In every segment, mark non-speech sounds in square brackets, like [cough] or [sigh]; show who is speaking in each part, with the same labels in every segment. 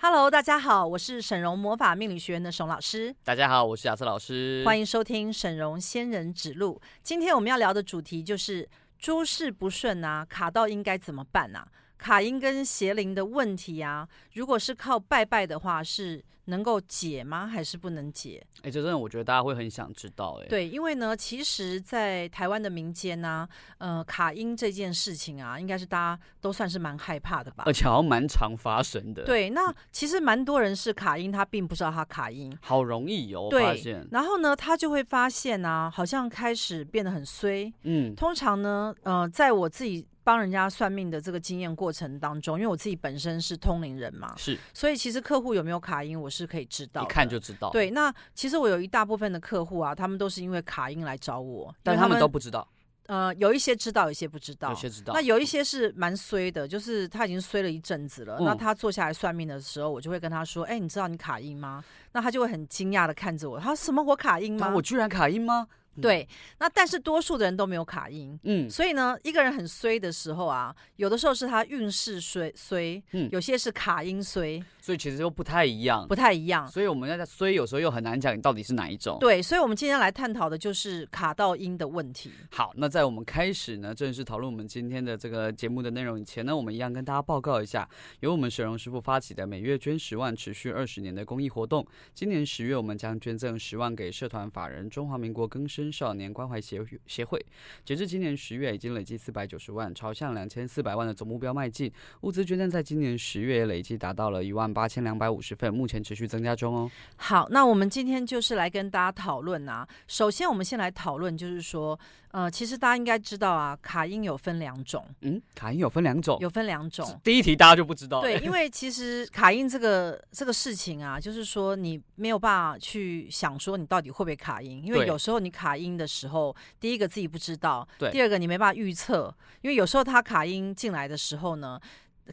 Speaker 1: Hello，大家好，我是沈荣魔法命理学院的沈老师，
Speaker 2: 大家好，我是亚瑟老师，
Speaker 1: 欢迎收听沈荣仙人指路。今天我们要聊的主题就是诸事不顺啊，卡到应该怎么办啊？卡音跟邪灵的问题啊，如果是靠拜拜的话，是能够解吗？还是不能解？
Speaker 2: 哎、这真的我觉得大家会很想知道、哎，，
Speaker 1: 对，因为呢，其实，在台湾的民间呢、呃，卡音这件事情啊，应该是大家都算是蛮害怕的吧
Speaker 2: 而。且好像蛮常发生的，，
Speaker 1: 对，那其实蛮多人是卡音，他并不知道他卡音，
Speaker 2: 好容易哦，我
Speaker 1: 对
Speaker 2: 发现，
Speaker 1: 然后呢，他就会发现啊，好像开始变得很衰。
Speaker 2: 嗯，
Speaker 1: 通常呢，呃，在我自己帮人家算命的这个经验过程当中，因为我自己本身是通灵人嘛，
Speaker 2: 是一
Speaker 1: 所以其实客户有没有卡音，我是可以知道的，
Speaker 2: 看就知道，，
Speaker 1: 对。那其实我有一大部分的客户啊，他们都是因为卡音来找我，
Speaker 2: 但
Speaker 1: 因为
Speaker 2: 他们都不知道，
Speaker 1: 呃，有一些知道，有一些不知道
Speaker 2: 有。些知道，
Speaker 1: 那有一些是蛮衰的，就是他已经衰了一阵子了。那
Speaker 2: 嗯
Speaker 1: 他坐下来算命的时候，我就会跟他说：“哎、你知道你卡音吗？”那他就会很惊讶的看着我，他说：“什么我卡音吗
Speaker 2: 那我居然卡音吗？？”嗯，
Speaker 1: 对，那但是多数的人都没有卡音，
Speaker 2: 嗯，
Speaker 1: 所以呢，一个人很衰的时候啊，有的时候是他运势衰衰，
Speaker 2: 嗯
Speaker 1: 有些是卡音衰，
Speaker 2: 所以其实又不太一样
Speaker 1: 不，太一样。
Speaker 2: 所以我们在，所以有时候又很难讲你到底是哪一种。
Speaker 1: 对，所以我们今天来探讨的就是卡到音的问题。
Speaker 2: 好，那在我们开始呢正式讨论我们今天的这个节目的内容以前呢，我们一样跟大家报告一下，由我们沈荣师傅发起的每月捐十万、持续二十年的公益活动。今年十月，我们将捐赠十万给社团法人中华民国更生少年关怀协会协会。截至今年十月，已经累计四百九十万，朝向两千四百万的总目标迈进。物资捐赠在今年十月累计达到了一万八千两百五十份，目前持续增加中哦。
Speaker 1: 好，那我们今天就是来跟大家讨论啊。首先，我们先来讨论，就是说，呃，其实大家应该知道啊，卡音有分两种，
Speaker 2: 嗯，卡因有分两种，
Speaker 1: 有分两种。
Speaker 2: 第一题大家就不知道了，
Speaker 1: 对，因为其实卡音这个这个事情啊，就是说你没有办法去想说你到底会不会卡音，因为
Speaker 2: 对
Speaker 1: 有时候你卡音的时候，第一个自己不知道，
Speaker 2: 对
Speaker 1: 第二个你没办法预测，因为有时候他卡音进来的时候呢，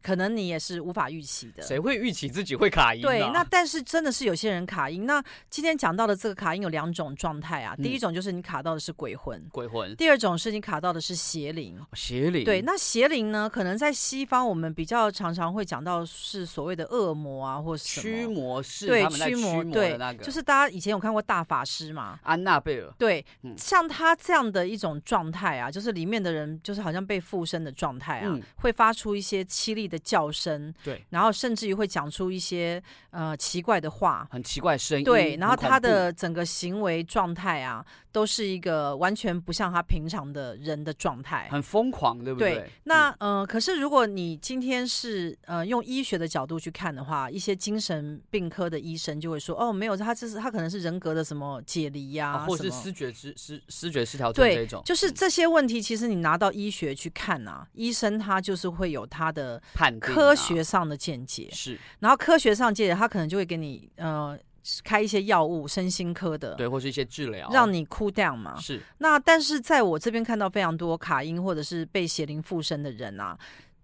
Speaker 1: 可能你也是无法预期的。
Speaker 2: 谁会预期自己会卡因、啊？
Speaker 1: 对，那但是真的是有些人卡音。那今天讲到的这个卡音有两种状态啊，
Speaker 2: 嗯
Speaker 1: 第一种就是你卡到的是鬼魂，
Speaker 2: 鬼魂、
Speaker 1: 第二种是你卡到的是邪灵。
Speaker 2: 邪灵，
Speaker 1: 对，那邪灵呢？可能在西方我们比较常常会讲到是所谓的恶魔啊，或是
Speaker 2: 驱
Speaker 1: 什么。
Speaker 2: 魔是
Speaker 1: 对
Speaker 2: 他们在
Speaker 1: 驱
Speaker 2: 驱魔
Speaker 1: 对
Speaker 2: 的那，个，
Speaker 1: 就是大家以前有看过大法师嘛？
Speaker 2: 安娜贝尔。
Speaker 1: 对，
Speaker 2: 嗯
Speaker 1: 像他这样的一种状态啊，就是里面的人就是好像被附身的状态啊，
Speaker 2: 嗯
Speaker 1: 会发出一些凄厉的叫声，
Speaker 2: 对，
Speaker 1: 然后甚至于会讲出一些呃奇怪的话，
Speaker 2: 很奇怪的声音，
Speaker 1: 对，然后
Speaker 2: 很恐
Speaker 1: 他的整个行为状态啊，都是一个完全不像他平常的人的状态
Speaker 2: 怖。很疯狂，对不对，
Speaker 1: 那
Speaker 2: 嗯
Speaker 1: 呃，可是如果你今天是呃用医学的角度去看的话，一些精神病科的医生就会说，哦，没有，他这是他可能是人格的什么解离呀、
Speaker 2: 啊或
Speaker 1: 什
Speaker 2: 是
Speaker 1: 么
Speaker 2: 视觉失失视觉失调症这
Speaker 1: 对
Speaker 2: 一种，，
Speaker 1: 就是
Speaker 2: 嗯
Speaker 1: 这些问题，其实你拿到医学去看啊，医生他就是会有他的
Speaker 2: 判定啊
Speaker 1: 科学上的见解，
Speaker 2: 是
Speaker 1: 然后科学上见解，他可能就会给你呃开一些药物，身心科的，
Speaker 2: 对，或哦是一些治疗，
Speaker 1: 让你 cool down 嘛。
Speaker 2: 是
Speaker 1: 那但是在我这边看到非常多卡因或者是被邪灵附身的人啊，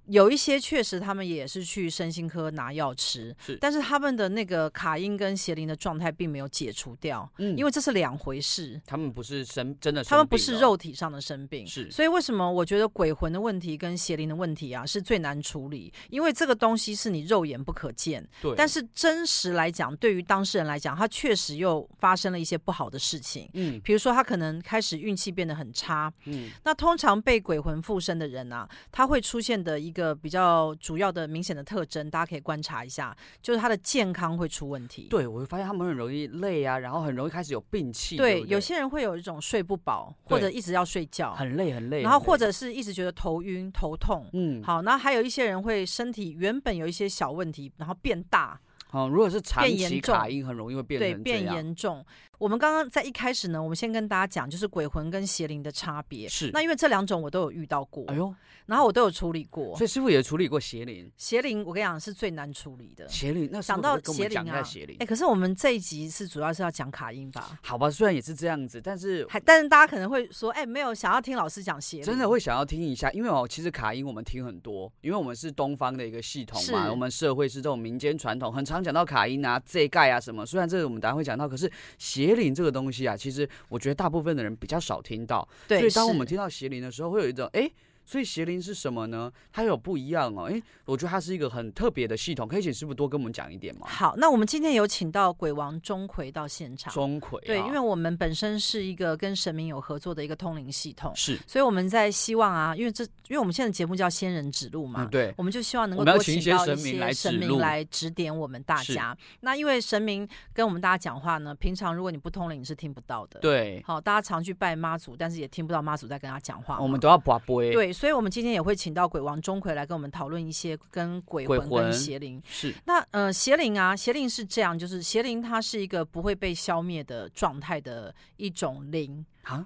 Speaker 1: 有一些确实他们也是去身心科拿药吃，
Speaker 2: 是
Speaker 1: 但是他们的那个卡因跟邪灵的状态并没有解除掉，
Speaker 2: 嗯
Speaker 1: 因为这是两回事。
Speaker 2: 他们不是生真的生病了，
Speaker 1: 他们不是肉体上的生病，
Speaker 2: 是
Speaker 1: 所以为什么我觉得鬼魂的问题跟邪灵的问题啊是最难处理？因为这个东西是你肉眼不可见，
Speaker 2: 对，
Speaker 1: 但
Speaker 2: 是
Speaker 1: 是真实来讲，对于当事人来讲，他确实又发生了一些不好的事情。
Speaker 2: 嗯
Speaker 1: 比如说，他可能开始运气变得很差。
Speaker 2: 嗯
Speaker 1: 那通常被鬼魂附身的人啊，他会出现的一个比较主要的明显的特征，大家可以观察一下，就是他的健康会出问题。
Speaker 2: 对，我会发现他们很容易累啊，然后很容易开始有病气，
Speaker 1: 对，
Speaker 2: 对不对，
Speaker 1: 有些人会有一种睡不饱，或者
Speaker 2: 对
Speaker 1: 一直要睡觉，
Speaker 2: 很累很累，
Speaker 1: 然后
Speaker 2: 很
Speaker 1: 或
Speaker 2: 累
Speaker 1: 者是一直觉得头晕、头痛。
Speaker 2: 嗯
Speaker 1: 好，那还有一些人会身体原本有一些小问题，然后变大，
Speaker 2: 好，如果是长
Speaker 1: 变严
Speaker 2: 期
Speaker 1: 重
Speaker 2: 卡音，很容易会变
Speaker 1: 对，
Speaker 2: 成这
Speaker 1: 变
Speaker 2: 样，
Speaker 1: 严重。我们刚刚在一开始呢，我们先跟大家讲，就是鬼魂跟邪灵的差别。
Speaker 2: 是
Speaker 1: 那因为这两种我都有遇到过，
Speaker 2: 哎呦，
Speaker 1: 然后我都有处理过
Speaker 2: 所。以师傅也处理过邪灵，
Speaker 1: 邪灵我跟你讲是最难处理的。
Speaker 2: 邪灵那师
Speaker 1: 讲
Speaker 2: 傅
Speaker 1: 到
Speaker 2: 可不可以跟我们
Speaker 1: 邪
Speaker 2: 讲一
Speaker 1: 灵
Speaker 2: 下
Speaker 1: 啊
Speaker 2: 邪灵
Speaker 1: 哎、。可是我们这一集是主要是要讲卡音吧？
Speaker 2: 好吧，虽然也是这样子，但是
Speaker 1: 还，但是大家可能会说，哎、没有想要听老师讲邪灵，
Speaker 2: 真的会想要听一下，因为哦，其实卡音我们听很多，因为我们是东方的一个系统嘛，
Speaker 1: 是
Speaker 2: 我们社会是这种民间传统，很常讲到卡音啊、这盖啊什么。虽然这个我们等下会讲到，可是邪灵这个东西啊，其实我觉得大部分的人比较少听到，
Speaker 1: 对。
Speaker 2: 所以当我
Speaker 1: 是
Speaker 2: 们听到邪灵的时候，会有一种哎。诶所以邪灵是什么呢？它有不一样哦。哎、我觉得它是一个很特别的系统，可以请师傅多跟我们讲一点吗？
Speaker 1: 好，那我们今天有请到鬼王钟馗到现场。
Speaker 2: 钟馗、啊，
Speaker 1: 对，因为我们本身是一个跟神明有合作的一个通灵系统，
Speaker 2: 是，
Speaker 1: 所以我们在希望啊，因为这因为我们现在的节目叫《仙人指路》嘛，
Speaker 2: 嗯，对，
Speaker 1: 我们就希望能
Speaker 2: 我
Speaker 1: 够
Speaker 2: 们要
Speaker 1: 多
Speaker 2: 请一
Speaker 1: 请
Speaker 2: 些
Speaker 1: 到
Speaker 2: 神
Speaker 1: 一
Speaker 2: 明来
Speaker 1: 些神
Speaker 2: 指
Speaker 1: 明
Speaker 2: 路
Speaker 1: 来指点我们大
Speaker 2: 是
Speaker 1: 家。那因为神明跟我们大家讲话呢，平常如果你不通灵，你是听不到的。，
Speaker 2: 对，
Speaker 1: 好，大家常去拜妈祖，但是也听不到妈祖在跟他讲话嘛。
Speaker 2: 哦我们都要把杯，，
Speaker 1: 对，所以，我们今天也会请到鬼王钟馗来跟我们讨论一些跟鬼
Speaker 2: 鬼
Speaker 1: 魂
Speaker 2: 魂
Speaker 1: 跟邪灵
Speaker 2: 是，
Speaker 1: 那呃，邪灵啊，邪灵是这样，就是邪灵它是一个不会被消灭的状态的一种灵，
Speaker 2: 啊，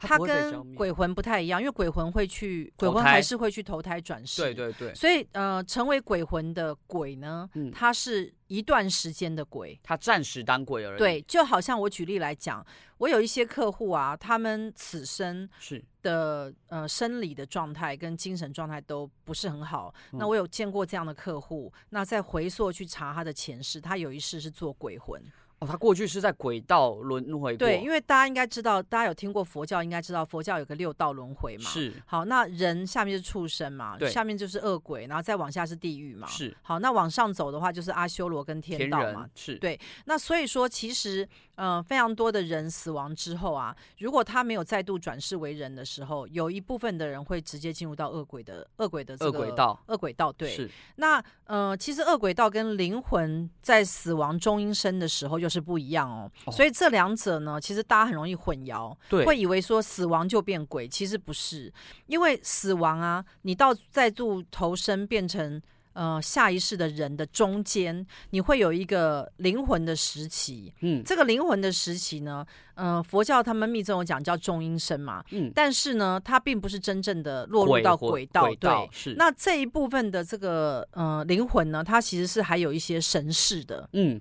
Speaker 1: 它
Speaker 2: 不会被消
Speaker 1: 跟
Speaker 2: 灭
Speaker 1: 鬼魂不太一样，因为鬼魂会去，鬼
Speaker 2: 投
Speaker 1: 魂还
Speaker 2: 胎
Speaker 1: 是会去投胎转世。
Speaker 2: 对。对对，
Speaker 1: 所以呃，成为鬼魂的鬼呢，
Speaker 2: 嗯
Speaker 1: 它是一段时间的鬼。
Speaker 2: 他暂时当鬼而已，
Speaker 1: 对，，就好像我举例来讲，我有一些客户啊，他们此生
Speaker 2: 是
Speaker 1: 的呃生理的状态跟精神状态都不是很好。那
Speaker 2: 嗯
Speaker 1: 我有见过这样的客户，那在回溯去查他的前世，他有一世是做鬼魂。
Speaker 2: 哦，他过去是在鬼道轮回过，
Speaker 1: 对，因为大家应该知道，大家有听过佛教，应该知道佛教有个六道轮回嘛。。
Speaker 2: 是
Speaker 1: 好，那人下面是畜生嘛
Speaker 2: 对，
Speaker 1: 下面就是恶鬼，然后再往下是地狱嘛。。
Speaker 2: 是
Speaker 1: 好，那往上走的话就是阿修罗跟天
Speaker 2: 天
Speaker 1: 道嘛
Speaker 2: 人。是，
Speaker 1: 对那所以说，其实呃，非常多的人死亡之后啊，如果他没有再度转世为人的时候，有一部分的人会直接进入到恶鬼的恶鬼的这
Speaker 2: 恶
Speaker 1: 个
Speaker 2: 鬼道，
Speaker 1: 恶鬼道对。
Speaker 2: 是
Speaker 1: 那呃，其实恶鬼道跟灵魂在死亡中阴身的时候又是不一样哦，
Speaker 2: 哦
Speaker 1: 所以这两者呢，其实大家很容易混淆，
Speaker 2: 对，
Speaker 1: 会以为说死亡就变鬼，其实不是，因为死亡啊，你到再度投身变成。呃，下一世的人的中间，你会有一个灵魂的时期。
Speaker 2: 嗯
Speaker 1: 这个灵魂的时期呢，呃，佛教他们密宗有讲叫中阴身嘛，
Speaker 2: 嗯，
Speaker 1: 但是呢，它并不是真正的落入到
Speaker 2: 魂
Speaker 1: 轨道，
Speaker 2: 轨
Speaker 1: 对，
Speaker 2: 道是
Speaker 1: 那这一部分的这个呃灵魂呢，它其实是还有一些神事的。
Speaker 2: 嗯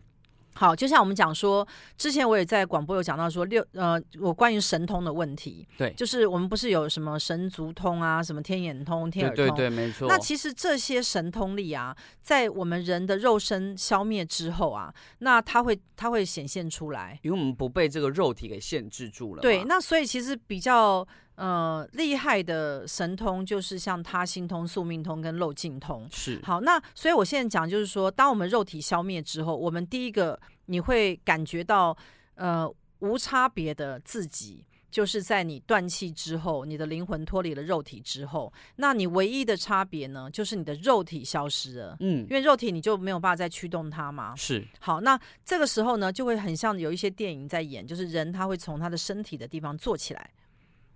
Speaker 1: 好，就像我们讲说，之前我也在广播有讲到说六呃，我关于神通的问题，
Speaker 2: 对
Speaker 1: 就是我们不是有什么神足通啊，什么天眼通、天
Speaker 2: 对
Speaker 1: 耳通。
Speaker 2: 对对，没错，
Speaker 1: 那其实这些神通力啊，在我们人的肉身消灭之后啊，那它会它会显现出来。
Speaker 2: 因为我们不被这个肉体给限制住了嘛，
Speaker 1: 对，那所以其实比较呃厉害的神通，就是像他心通、宿命通跟漏尽通。
Speaker 2: 是
Speaker 1: 好，那所以我现在讲就是说，当我们肉体消灭之后，我们第一个你会感觉到呃无差别的自己。就是在你断气之后，你的灵魂脱离了肉体之后，那你唯一的差别呢，就是你的肉体消失了，
Speaker 2: 嗯
Speaker 1: 因为肉体你就没有办法再驱动它嘛。
Speaker 2: 是
Speaker 1: 好，那这个时候呢，就会很像有一些电影在演，就是人他会从他的身体的地方坐起来，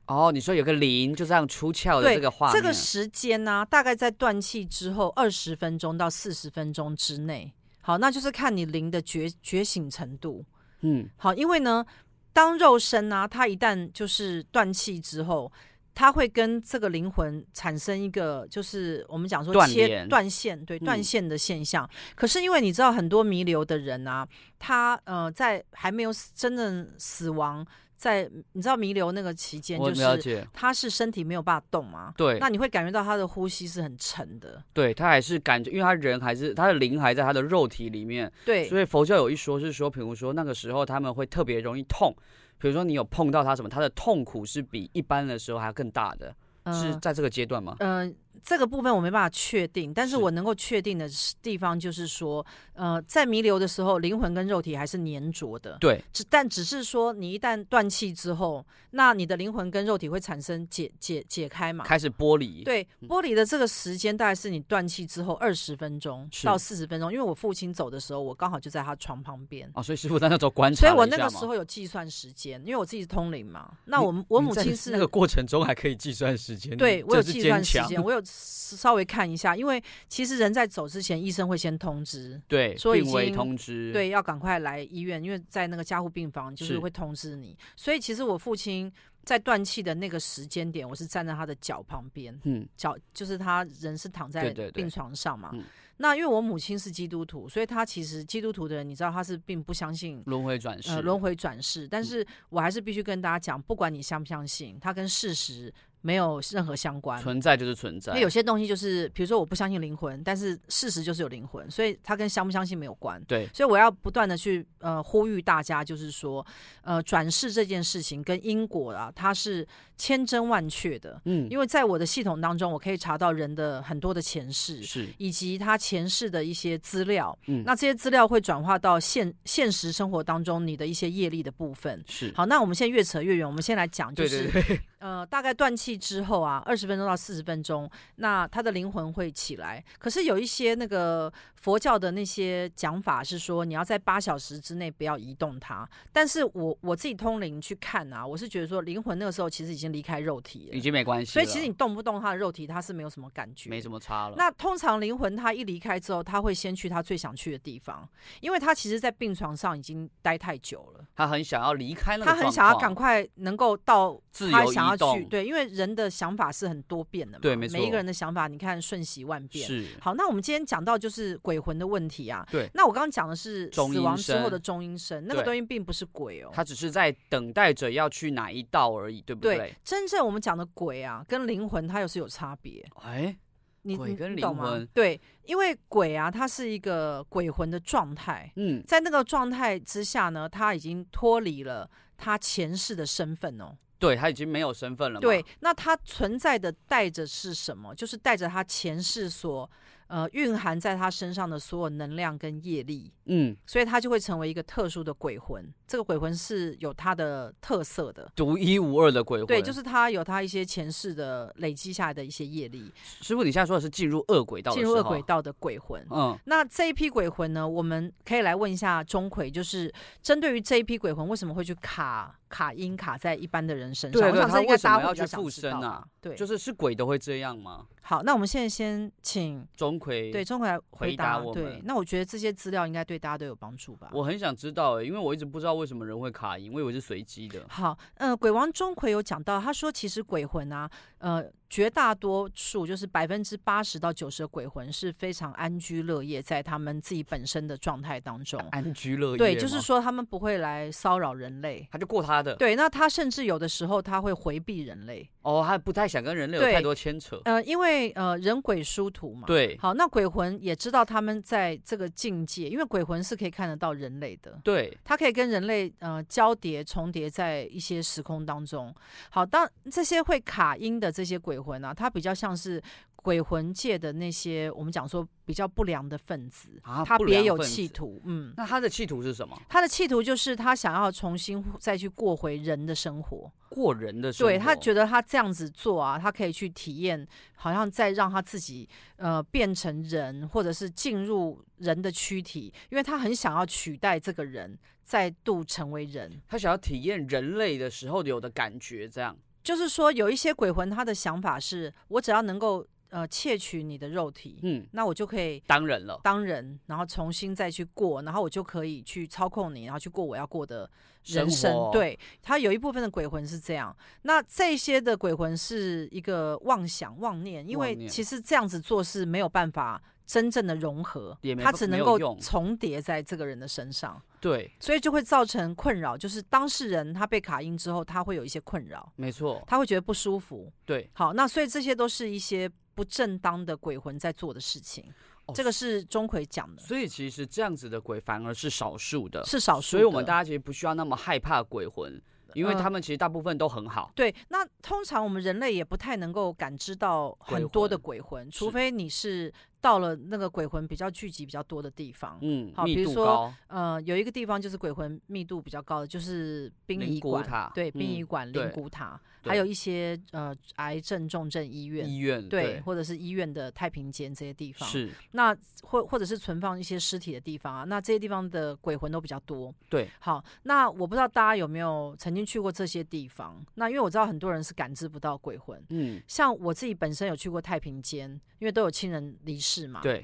Speaker 2: 哦，你说有个灵就这样出窍的
Speaker 1: 对
Speaker 2: 这个画
Speaker 1: 这
Speaker 2: 面，
Speaker 1: 个时间呢、大概在断气之后二十分钟到四十分钟之内。好，那就是看你灵的觉觉醒程度。
Speaker 2: 嗯
Speaker 1: 好，因为呢，当肉身呢、它一旦就是断气之后，它会跟这个灵魂产生一个就是我们讲说
Speaker 2: 断
Speaker 1: 切
Speaker 2: 联
Speaker 1: 断线，对
Speaker 2: 嗯
Speaker 1: 断线的现象。可是因为你知道，很多弥留的人啊，他呃在还没有死真正死亡，在你知道弥留那个期间，
Speaker 2: 我
Speaker 1: 就
Speaker 2: 了
Speaker 1: 是
Speaker 2: 解，
Speaker 1: 他是身体没有办法动嘛，
Speaker 2: 对
Speaker 1: 那你会感觉到他的呼吸是很沉的，
Speaker 2: 对，他还是感觉，因为他人还是他的灵还在他的肉体里面，
Speaker 1: 对，
Speaker 2: 所以佛教有一说是说，比如说那个时候他们会特别容易痛，比如说你有碰到他什么，他的痛苦是比一般的时候还要更大的，是在这个阶段吗？
Speaker 1: 嗯、呃这个部分我没办法确定，但是
Speaker 2: 是
Speaker 1: 我能够确定的是地方就是说，呃，在弥留的时候，灵魂跟肉体还是粘着的，
Speaker 2: 对，
Speaker 1: 只但只是说你一旦断气之后，那你的灵魂跟肉体会产生解解解开嘛。
Speaker 2: 开嗯始剥离，
Speaker 1: 对，剥离的这个时间大概是你断气之后二十分钟
Speaker 2: 是
Speaker 1: 到四十分钟，因为我父亲走的时候，我刚好就在他床旁边，
Speaker 2: 哦，所以师傅在那时候观察
Speaker 1: 所以
Speaker 2: 了一下嘛，
Speaker 1: 我那个时候有计算时间，因为我自己是通灵嘛。那我我
Speaker 2: 你
Speaker 1: 母
Speaker 2: 在
Speaker 1: 亲是
Speaker 2: 那个过程中还可以计算时间，
Speaker 1: 对我有
Speaker 2: 嗯真是
Speaker 1: 计算
Speaker 2: 坚
Speaker 1: 时
Speaker 2: 强
Speaker 1: 间，我有稍微看一下，因为其实人在走之前，医生会先通知，
Speaker 2: 对，
Speaker 1: 所以已
Speaker 2: 病危
Speaker 1: 经
Speaker 2: 通知，
Speaker 1: 对，要赶快来医院，因为在那个加护病房就是
Speaker 2: 是
Speaker 1: 会通知你。所以其实我父亲在断气的那个时间点，我是站在他的脚旁边，
Speaker 2: 嗯，
Speaker 1: 脚就是他人是躺在
Speaker 2: 对对对
Speaker 1: 病床上嘛。
Speaker 2: 嗯
Speaker 1: 那因为我母亲是基督徒，所以她其实基督徒的人，你知道她是并不相信
Speaker 2: 轮回转世，
Speaker 1: 呃轮回转世，但
Speaker 2: 嗯
Speaker 1: 是我还是必须跟大家讲，不管你相不相信，它跟事实没有任何相关。
Speaker 2: 存在就是存在
Speaker 1: 那，有些东西就是，比如说我不相信灵魂，但是事实就是有灵魂，所以它跟相不相信没有关。
Speaker 2: 对，
Speaker 1: 所以我要不断的去呃呼吁大家，就是说，呃，转世这件事情跟因果啊，它是千真万确的，
Speaker 2: 嗯，
Speaker 1: 因为在我的系统当中，我可以查到人的很多的前世。
Speaker 2: 是
Speaker 1: 以及他前世的一些资料，
Speaker 2: 嗯
Speaker 1: 那这些资料会转化到现现实生活当中你的一些业力的部分。
Speaker 2: 是，
Speaker 1: 好，那我们现在越扯越远，我们先来讲，就
Speaker 2: 对
Speaker 1: 是
Speaker 2: 对对， [laughs]
Speaker 1: 呃，大概断气之后啊，二十分钟到四十分钟，那他的灵魂会起来。可是有一些那个佛教的那些讲法是说，你要在八小时之内不要移动它。但是我我自己通灵去看啊，我是觉得说灵魂那个时候其实已经离开肉体
Speaker 2: 已
Speaker 1: 了，
Speaker 2: 经没关系
Speaker 1: 所
Speaker 2: 了，
Speaker 1: 以其实你动不动他的肉体，他是没有什么感觉，
Speaker 2: 没什么差了，
Speaker 1: 那通常灵魂他一离开之后，他会先去他最想去的地方，因为他其实，在病床上已经待太久了，
Speaker 2: 他很想要离开那个
Speaker 1: 他
Speaker 2: 状况，
Speaker 1: 很想要赶快能够到
Speaker 2: 自
Speaker 1: 他
Speaker 2: 由
Speaker 1: 想要
Speaker 2: 移
Speaker 1: 去，
Speaker 2: 动，
Speaker 1: 对，因为人的想法是很多变的嘛，
Speaker 2: 对没
Speaker 1: 每一
Speaker 2: 错
Speaker 1: 个人的想法，你看瞬息万变。
Speaker 2: 是，
Speaker 1: 好，那我们今天讲到就是鬼魂的问题啊。
Speaker 2: 对
Speaker 1: 那我刚刚讲的是
Speaker 2: 中
Speaker 1: 死
Speaker 2: 阴
Speaker 1: 亡之后
Speaker 2: 身
Speaker 1: 的中阴身，那个
Speaker 2: 对
Speaker 1: 东西并不是鬼哦。
Speaker 2: 他只是在等待着要去哪一道而已，对不
Speaker 1: 对，？真正我们讲的鬼啊，跟灵魂它又是有差别。
Speaker 2: 哎，
Speaker 1: 你
Speaker 2: 鬼
Speaker 1: 你
Speaker 2: 跟
Speaker 1: 你懂
Speaker 2: 灵
Speaker 1: 吗
Speaker 2: 魂
Speaker 1: 对，因为鬼啊，它是一个鬼魂的状态，
Speaker 2: 嗯，
Speaker 1: 在那个状态之下呢，他已经脱离了他前世的身份哦。
Speaker 2: 对他已经没有身份了嘛，
Speaker 1: 对，那他存在的带着是什么？就是带着他前世所呃蕴含在他身上的所有能量跟业力，
Speaker 2: 嗯，
Speaker 1: 所以他就会成为一个特殊的鬼魂。这个鬼魂是有他的特色的。
Speaker 2: 独一无二的鬼魂，
Speaker 1: 对，就是他有他一些前世的累积下来的一些业力，
Speaker 2: 师傅，你现在说的是进入恶轨道，
Speaker 1: 进入恶轨，道的鬼魂。
Speaker 2: 嗯，
Speaker 1: 那这一批鬼魂呢，我们可以来问一下钟馗，就是针对于这一批鬼魂，为什么会去卡卡音卡在一般的人身上？
Speaker 2: 对
Speaker 1: 我
Speaker 2: 对
Speaker 1: 想
Speaker 2: 他
Speaker 1: 这应
Speaker 2: 为
Speaker 1: 该
Speaker 2: 什么
Speaker 1: 大家
Speaker 2: 要
Speaker 1: 会比较
Speaker 2: 去
Speaker 1: 想
Speaker 2: 附
Speaker 1: 知
Speaker 2: 身
Speaker 1: 道
Speaker 2: 啊
Speaker 1: 吧对，
Speaker 2: 就是是鬼都会这样吗？
Speaker 1: 好，那我们现在先请
Speaker 2: 钟馗，
Speaker 1: 对钟馗来
Speaker 2: 回答
Speaker 1: 答。
Speaker 2: 我
Speaker 1: 对
Speaker 2: 们，
Speaker 1: 那我觉得这些资料应该对大家都有帮助吧。
Speaker 2: 我很想知道、欸，因为我一直不知道为什么人会卡音，我以为是随机
Speaker 1: [laughs]
Speaker 2: 的。
Speaker 1: 好，呃，鬼王钟馗有讲到，他说其实鬼魂啊，呃，绝大多数就是百分之八十到九十的鬼魂是非常安居乐业，在他们自己本身的状态当中。
Speaker 2: 安居乐业吗，
Speaker 1: 对，就是说他们不会来骚扰人类。
Speaker 2: 他就过他的，
Speaker 1: 对，那他甚至有的时候他会回避人类，
Speaker 2: 哦，他不太想跟人类有
Speaker 1: 对
Speaker 2: 太多牵扯，
Speaker 1: 呃，因为呃人鬼殊途嘛。。
Speaker 2: 对
Speaker 1: 好，那鬼魂也知道他们在这个境界，因为鬼魂是可以看得到人类的，
Speaker 2: 对，
Speaker 1: 它可以跟人类呃交叠、重叠在一些时空当中。好，当这些会卡音的这些鬼魂啊，它比较像是鬼魂界的那些我们讲说比较不良的分子，
Speaker 2: 啊
Speaker 1: 他
Speaker 2: 不
Speaker 1: 别
Speaker 2: 良
Speaker 1: 有
Speaker 2: 分
Speaker 1: 企
Speaker 2: 子
Speaker 1: 图，嗯。
Speaker 2: 那他的企图是什么？
Speaker 1: 他的企图就是他想要重新再去过回人的生活，
Speaker 2: 过人的生活，
Speaker 1: 对他觉得他这样子做啊，他可以去体验，好像再让他自己呃变成人，或者是进入人的躯体，因为他很想要取代这个人，再度成为人。
Speaker 2: 他想要体验人类的时候有的感觉，这样
Speaker 1: 就是说，有一些鬼魂，他的想法是我只要能够呃窃取你的肉体，
Speaker 2: 嗯，
Speaker 1: 那我就可以
Speaker 2: 当然了，
Speaker 1: 当人，然后重新再去过，然后我就可以去操控你，然后去过我要过的人生。
Speaker 2: 活，
Speaker 1: 对，他有一部分的鬼魂是这样。那这些的鬼魂是一个妄想、妄念，因
Speaker 2: 妄
Speaker 1: 为
Speaker 2: 念
Speaker 1: 其实这样子做是没有办法真正的融合
Speaker 2: 也，没
Speaker 1: 它
Speaker 2: 办
Speaker 1: 只
Speaker 2: 没
Speaker 1: 能
Speaker 2: 有
Speaker 1: 够
Speaker 2: 用
Speaker 1: 重叠在这个人的身上，
Speaker 2: 对，
Speaker 1: 所以就会造成困扰。就是当事人他被卡音之后，他会有一些困扰，
Speaker 2: 没错，
Speaker 1: 他会觉得不舒服。
Speaker 2: 对，
Speaker 1: 好，那所以这些都是一些不正当的鬼魂在做的事情。
Speaker 2: 哦
Speaker 1: 这个是钟馗讲的，
Speaker 2: 所以其实这样子的鬼反而是少数的，
Speaker 1: 是少数的。
Speaker 2: 所以我们大家其实不需要那么害怕鬼魂，因为
Speaker 1: 嗯
Speaker 2: 他们其实大部分都很好，
Speaker 1: 对，那通常我们人类也不太能够感知到很多的鬼魂，除
Speaker 2: 是
Speaker 1: 非你是到了那个鬼魂比较聚集比较多的地方。
Speaker 2: 嗯，
Speaker 1: 好比
Speaker 2: 密
Speaker 1: 如
Speaker 2: 度
Speaker 1: 说
Speaker 2: 高，
Speaker 1: 呃，有一个地方就是鬼魂密度比较高的，就是殡
Speaker 2: 灵
Speaker 1: 仪
Speaker 2: 骨
Speaker 1: 馆，
Speaker 2: 塔
Speaker 1: 对，殡
Speaker 2: 嗯
Speaker 1: 仪馆、
Speaker 2: 对
Speaker 1: 灵骨塔，
Speaker 2: 对
Speaker 1: 还有一些呃癌症重症医院，
Speaker 2: 医院
Speaker 1: 对，或者是医院的太平间这些地方，
Speaker 2: 是
Speaker 1: 那或或者是存放一些尸体的地方啊，那这些地方的鬼魂都比较多。
Speaker 2: 对，
Speaker 1: 好，那我不知道大家有没有曾经去过这些地方？那因为我知道很多人是感知不到鬼魂，
Speaker 2: 嗯
Speaker 1: 像我自己本身有去过太平间，因为都有亲人离世嘛，
Speaker 2: 对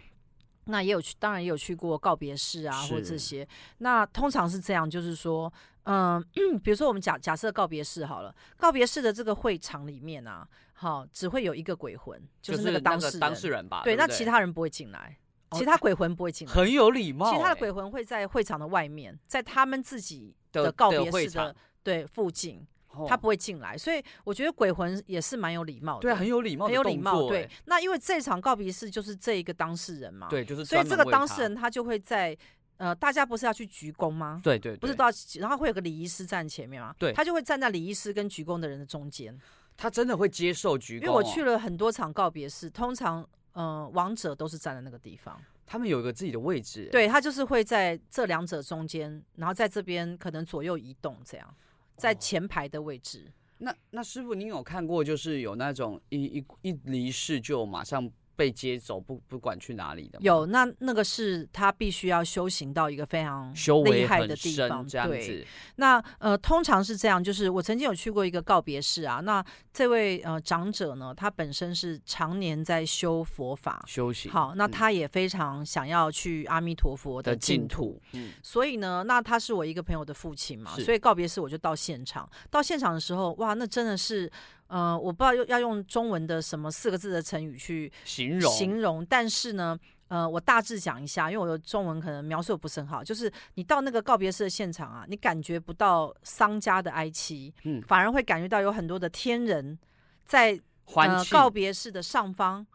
Speaker 1: 那也有去，当然也有去过告别式啊，或这
Speaker 2: 是
Speaker 1: 些。那通常是这样，就是说，嗯、比如说我们假假设告别式好了，告别式的这个会场里面啊，好，只会有一个鬼魂，就是那个当事人。
Speaker 2: 当事人吧？
Speaker 1: 对，
Speaker 2: 对，
Speaker 1: 那其他人不会进来，
Speaker 2: 哦
Speaker 1: 其他鬼魂不会进来，
Speaker 2: 很有礼貌欸，
Speaker 1: 其他的鬼魂会在会场的外面，在他们自己
Speaker 2: 的
Speaker 1: 的告别
Speaker 2: 会
Speaker 1: 式的
Speaker 2: 场，
Speaker 1: 对附近，
Speaker 2: 哦
Speaker 1: 他不会进来，所以我觉得鬼魂也是蛮有礼貌的，
Speaker 2: 对啊，很有礼貌的
Speaker 1: 很
Speaker 2: 动
Speaker 1: 有
Speaker 2: 作欸，
Speaker 1: 礼貌。对，那因为这场告别式就是这一个当事人嘛，，
Speaker 2: 对，就是
Speaker 1: 所以
Speaker 2: 专
Speaker 1: 这个
Speaker 2: 门为
Speaker 1: 当
Speaker 2: 他
Speaker 1: 事人他就会在呃，大家不是要去鞠躬吗？
Speaker 2: 对对
Speaker 1: 不是
Speaker 2: 对
Speaker 1: 都要，然后会有个礼仪师站前面嘛？
Speaker 2: 对
Speaker 1: 他就会站在礼仪师跟鞠躬的人的中间。
Speaker 2: 他真的会接受鞠躬哦，
Speaker 1: 因为我去了很多场告别式，通常，嗯、呃，王者都是站在那个地方。
Speaker 2: 他们有一个自己的位置欸，
Speaker 1: 对，他就是会在这两者中间，然后在这边可能左右移动，这样在
Speaker 2: 哦嗯
Speaker 1: 前排的位置。
Speaker 2: 那那师傅，您有看过就是有那种一一一离世就马上被接走，不不管去哪里的吗？
Speaker 1: 有那那个是他必须要修行到一个非常
Speaker 2: 修
Speaker 1: 厉
Speaker 2: 为
Speaker 1: 害
Speaker 2: 很
Speaker 1: 的地
Speaker 2: 深
Speaker 1: 方。
Speaker 2: 这样
Speaker 1: 对，
Speaker 2: 子，
Speaker 1: 那呃，通常是这样，就是我曾经有去过一个告别式啊。那这位呃长者呢，他本身是常年在修佛法。
Speaker 2: 修行
Speaker 1: 好，那
Speaker 2: 嗯
Speaker 1: 他也非常想要去阿弥陀佛
Speaker 2: 的
Speaker 1: 的
Speaker 2: 净
Speaker 1: 净
Speaker 2: 土，嗯，
Speaker 1: 所以呢，那他是我一个朋友的父亲嘛，
Speaker 2: 是
Speaker 1: 所以告别式我就到现场。到现场的时候，哇，那真的是，呃，我不知道要要用中文的什么四个字的成语去
Speaker 2: 形容
Speaker 1: 形容，但是呢，呃，我大致讲一下，因为我的中文可能描述得不是很好。就是你到那个告别式的现场啊，你感觉不到丧家的哀戚，
Speaker 2: 嗯
Speaker 1: 反而会感觉到有很多的天人在
Speaker 2: 欢
Speaker 1: 呃
Speaker 2: 庆
Speaker 1: 告别式的上方，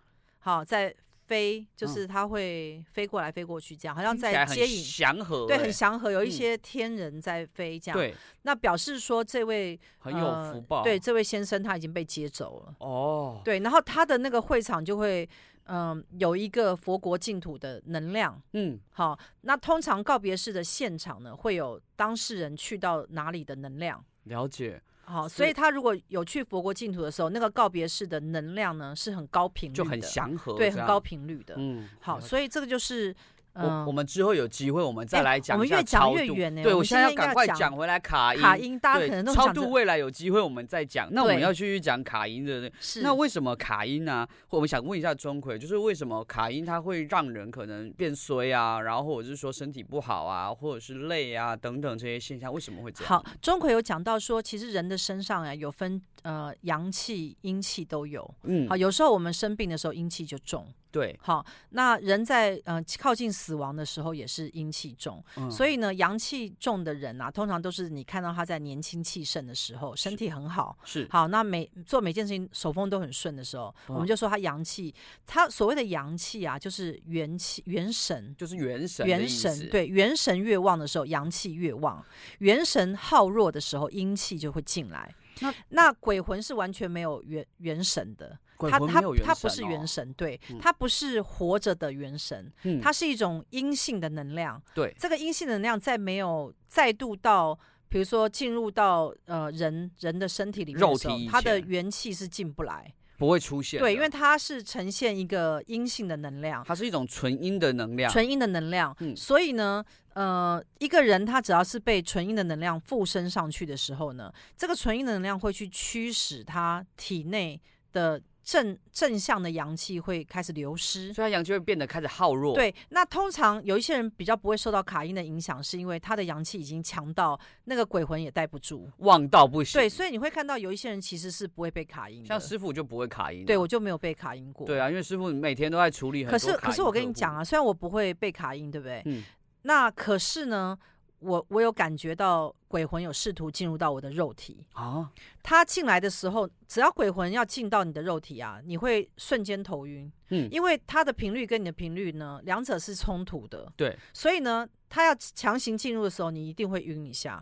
Speaker 1: 好在飞，就是它会飞过来飞过去，这样好像
Speaker 2: 嗯听起来
Speaker 1: 在
Speaker 2: 很
Speaker 1: 接引。
Speaker 2: 祥和欸，
Speaker 1: 对，很祥和，有一
Speaker 2: 嗯
Speaker 1: 些天人在飞这样。，
Speaker 2: 对，
Speaker 1: 那表示说这位
Speaker 2: 很有
Speaker 1: 呃
Speaker 2: 福报，
Speaker 1: 对，这位先生他已经被接走了。
Speaker 2: 哦，
Speaker 1: 对，然后他的那个会场就会，嗯、有一个佛国净土的能量。
Speaker 2: 嗯，
Speaker 1: 好，那通常告别式的现场呢，会有当事人去到哪里的能量。
Speaker 2: 了解，
Speaker 1: 好，
Speaker 2: 是
Speaker 1: 所以他如果有去佛国净土的时候，那个告别式的能量呢是很高频率嗯的，
Speaker 2: 就很祥和，
Speaker 1: 对，
Speaker 2: 这
Speaker 1: 很
Speaker 2: 样
Speaker 1: 高，频率的。
Speaker 2: 嗯，
Speaker 1: 好，
Speaker 2: 了解
Speaker 1: 所以这个就是，嗯、
Speaker 2: 我我们之后有机会我们
Speaker 1: 哎
Speaker 2: 再来讲
Speaker 1: 我
Speaker 2: 一
Speaker 1: 们
Speaker 2: 下
Speaker 1: 越讲
Speaker 2: 超
Speaker 1: 越
Speaker 2: 度
Speaker 1: 远呢
Speaker 2: 对
Speaker 1: 我
Speaker 2: 我
Speaker 1: 们
Speaker 2: 现
Speaker 1: 现在
Speaker 2: 在要
Speaker 1: 应该
Speaker 2: 赶
Speaker 1: 要
Speaker 2: 快
Speaker 1: 讲
Speaker 2: 讲回来卡音。
Speaker 1: 卡音，大家
Speaker 2: 对
Speaker 1: 可能都
Speaker 2: 超
Speaker 1: 想
Speaker 2: 度
Speaker 1: 着
Speaker 2: 未来有机会我们再讲。那我们
Speaker 1: 对
Speaker 2: 要继续讲卡音的
Speaker 1: 是
Speaker 2: 那为什么卡音呢、或我们想问一下钟馗，就是为什么卡音它会让人可能变衰啊，然后或者是说身体不好啊，或者是累啊等等这些现象，为什么会这样？
Speaker 1: 好，钟馗有讲到说，其实人的身上啊有分呃阳气、阴气都有。
Speaker 2: 嗯
Speaker 1: 好，，有时候我们生病的时候阴气就重。
Speaker 2: 对，
Speaker 1: 好，那人在呃靠近死亡的时候也是阴气重，
Speaker 2: 嗯
Speaker 1: 所以呢，阳气重的人啊，通常都是你看到他在年轻气盛的时候，身体很好。
Speaker 2: 是
Speaker 1: 好，那每做每件事情手风都很顺的时候，我
Speaker 2: 嗯
Speaker 1: 们就说他阳气。他所谓的阳气啊，就是元气、元神。
Speaker 2: 就是元神，
Speaker 1: 元神，对元神越旺的时候，阳气越旺；元神耗弱的时候，阴气就会进来。
Speaker 2: 那
Speaker 1: 那鬼魂是完全没有元元神的，
Speaker 2: 鬼
Speaker 1: 他
Speaker 2: 魂
Speaker 1: 他
Speaker 2: 没有元
Speaker 1: 他不
Speaker 2: 神
Speaker 1: 是
Speaker 2: 哦
Speaker 1: 元，神，对
Speaker 2: 嗯，
Speaker 1: 他不是活着的元神，
Speaker 2: 嗯
Speaker 1: 它是一种阴性的能量。
Speaker 2: 对
Speaker 1: 这个阴性能量在没有再度到，比如说进入到呃人人的身体里面
Speaker 2: 肉
Speaker 1: 的时候
Speaker 2: 体以，
Speaker 1: 它的
Speaker 2: 前
Speaker 1: 元气是进不来。
Speaker 2: 不会出现的，
Speaker 1: 对，因为它是呈现一个阴性的能量。
Speaker 2: 它是一种纯阴的能量，
Speaker 1: 纯阴的能量。
Speaker 2: 嗯
Speaker 1: 所以呢，呃，一个人他只要是被纯阴的能量附身上去的时候呢，这个纯阴的能量会去驱使他体内的正正向的阳气会开始流失。
Speaker 2: 所以它阳气会变得开始耗弱，，
Speaker 1: 对，那通常有一些人比较不会受到卡因的影响，是因为他的阳气已经强到那个鬼魂也带不住。
Speaker 2: 旺到不行，
Speaker 1: 对，，所以你会看到有一些人其实是不会被卡因的。
Speaker 2: 像师傅就不会卡音、啊
Speaker 1: 对，我就没有被卡因过。
Speaker 2: 对啊，因为师傅每天都在处理很
Speaker 1: 可
Speaker 2: 多
Speaker 1: 是
Speaker 2: 卡
Speaker 1: 可是
Speaker 2: 音
Speaker 1: 我跟
Speaker 2: 客
Speaker 1: 你
Speaker 2: 户
Speaker 1: 讲，啊，虽然我不会被卡音，对不对？
Speaker 2: 嗯
Speaker 1: 那可是呢，我我有感觉到鬼魂有试图进入到我的肉体。
Speaker 2: 啊，
Speaker 1: 他进来的时候，只要鬼魂要进到你的肉体啊，你会瞬间头晕，
Speaker 2: 嗯，
Speaker 1: 因为他的频率跟你的频率呢，两者是冲突的。
Speaker 2: 对，
Speaker 1: 所以呢，他要强行进入的时候，你一定会晕一下。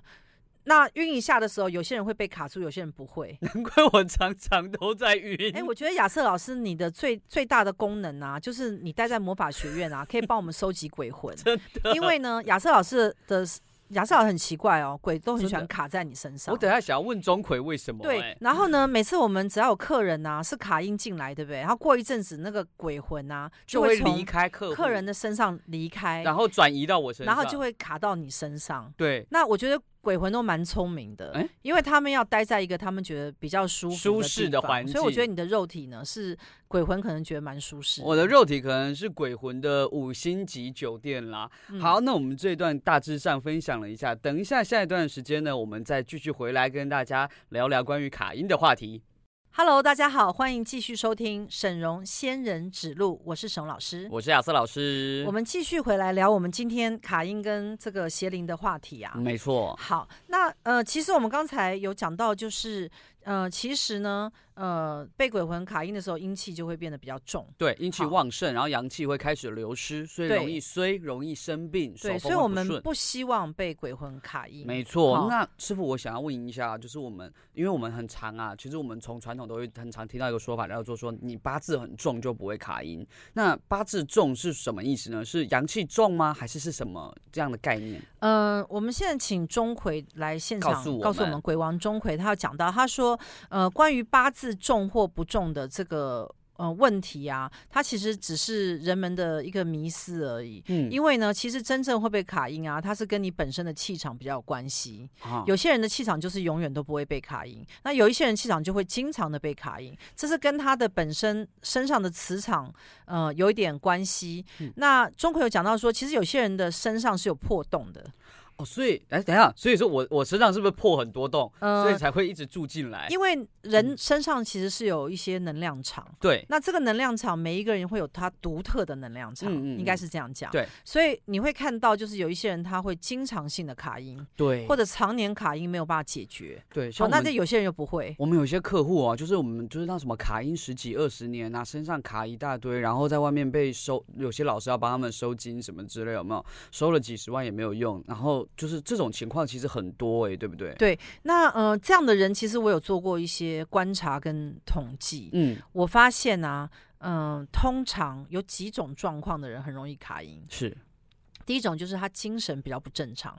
Speaker 1: 那晕一下的时候，有些人会被卡住，有些人不会。
Speaker 2: 难怪我常常都在晕。
Speaker 1: 哎、我觉得亚瑟老师你的最最大的功能啊，就是你待在魔法学院啊，可以帮我们收集鬼魂。
Speaker 2: [laughs] 真
Speaker 1: 的，因为呢，亚瑟老师的亚瑟老师很奇怪哦，鬼都很喜
Speaker 2: 真
Speaker 1: 欢
Speaker 2: 的
Speaker 1: 卡在你身上。
Speaker 2: 我等一下想要问钟馗为什么、
Speaker 1: 对
Speaker 2: 哎，
Speaker 1: 然后呢，每次我们只要有客人呐、是卡因进来，对不对？然后过一阵子，那个鬼魂呐、
Speaker 2: 就
Speaker 1: 会
Speaker 2: 会
Speaker 1: 从
Speaker 2: 离开客户
Speaker 1: 客人，的身上离开，
Speaker 2: 然后转移到我身
Speaker 1: 然
Speaker 2: 上，
Speaker 1: 后就会卡到你身上。
Speaker 2: 对
Speaker 1: 那我觉得鬼魂都蛮聪明的，
Speaker 2: 哎
Speaker 1: 因为他们要待在一个他们觉得比较舒服、
Speaker 2: 舒适的
Speaker 1: 的地方
Speaker 2: 环境
Speaker 1: 所以我觉得你的肉体呢是鬼魂可能觉得蛮舒适。
Speaker 2: 我的肉体可能是鬼魂的五星级酒店啦。
Speaker 1: 嗯
Speaker 2: 好，，那我们这一段大致上分享了一下，等一下下一段时间呢，我们再继续回来跟大家聊聊关于卡音的话题。
Speaker 1: Hello，大家好，欢迎继续收听沈荣仙人指路，我是沈老师。
Speaker 2: 我是亚瑟老师，
Speaker 1: 我们继续回来聊我们今天卡因跟这个邪灵的话题啊。
Speaker 2: 没错，
Speaker 1: 好，那呃，其实我们刚才有讲到，就是呃，其实呢，呃，被鬼魂卡因的时候，阴气就会变得比较重。
Speaker 2: 对，阴气
Speaker 1: 好
Speaker 2: 旺盛，然后阳气会开始流失，所以
Speaker 1: 对
Speaker 2: 容易衰，容易生病，手
Speaker 1: 对，
Speaker 2: 风
Speaker 1: 所以
Speaker 2: 会
Speaker 1: 我
Speaker 2: 不
Speaker 1: 们
Speaker 2: 顺
Speaker 1: 不希望被鬼魂卡因。
Speaker 2: 没错
Speaker 1: 好，
Speaker 2: 那师傅，我想要问一下，就是我们，因为我们很常啊，其实我们从传统都会很常听到一个说法，然后就说你八字很重就不会卡音。那八字重是什么意思呢？是阳气重吗？还是是什么这样的概念？
Speaker 1: 呃，我们现在请钟馗来现场
Speaker 2: 告诉我们
Speaker 1: 我们鬼王钟馗，他要讲到，他说，呃，关于八字重或不重的这个呃问题啊，它其实只是人们的一个迷思而已。
Speaker 2: 嗯，
Speaker 1: 因为呢，其实真正会被卡音啊，它是跟你本身的气场比较有关系。
Speaker 2: 啊
Speaker 1: 有些人的气场就是永远都不会被卡音，那有一些人气场就会经常的被卡音，这是跟他的本身身上的磁场呃有一点关系。
Speaker 2: 嗯
Speaker 1: 那钟馗有讲到说，其实有些人的身上是有破洞的，
Speaker 2: 哦，所以哎，等一下，所以说我我身上是不是破很多洞，
Speaker 1: 呃
Speaker 2: 所以才会一直住进来？
Speaker 1: 因为人身上其实是有一些能量场。
Speaker 2: 对，
Speaker 1: 那这个能量场，每一个人会有他独特的能量场，
Speaker 2: 嗯嗯嗯
Speaker 1: 应该是这样讲。
Speaker 2: 对，
Speaker 1: 所以你会看到，就是有一些人他会经常性的卡音，
Speaker 2: 对，
Speaker 1: 或
Speaker 2: 者
Speaker 1: 者常年卡音没有办法解决。
Speaker 2: 对，
Speaker 1: 好、
Speaker 2: 像我
Speaker 1: 那
Speaker 2: 们
Speaker 1: 这有些人又不会。
Speaker 2: 我们有些客户啊，就是我们就是那什么卡音十几二十年啊，身上卡一大堆，然后在外面被收，有些老师要帮他们收金什么之类，有没有？收了几十万也没有用，然后就是这种情况其实很多哎、对不对？
Speaker 1: 对那呃，这样的人其实我有做过一些观察跟统计，
Speaker 2: 嗯，
Speaker 1: 我发现啊，嗯、通常有几种状况的人很容易卡音。
Speaker 2: 是
Speaker 1: 第一种就是他精神比较不正常，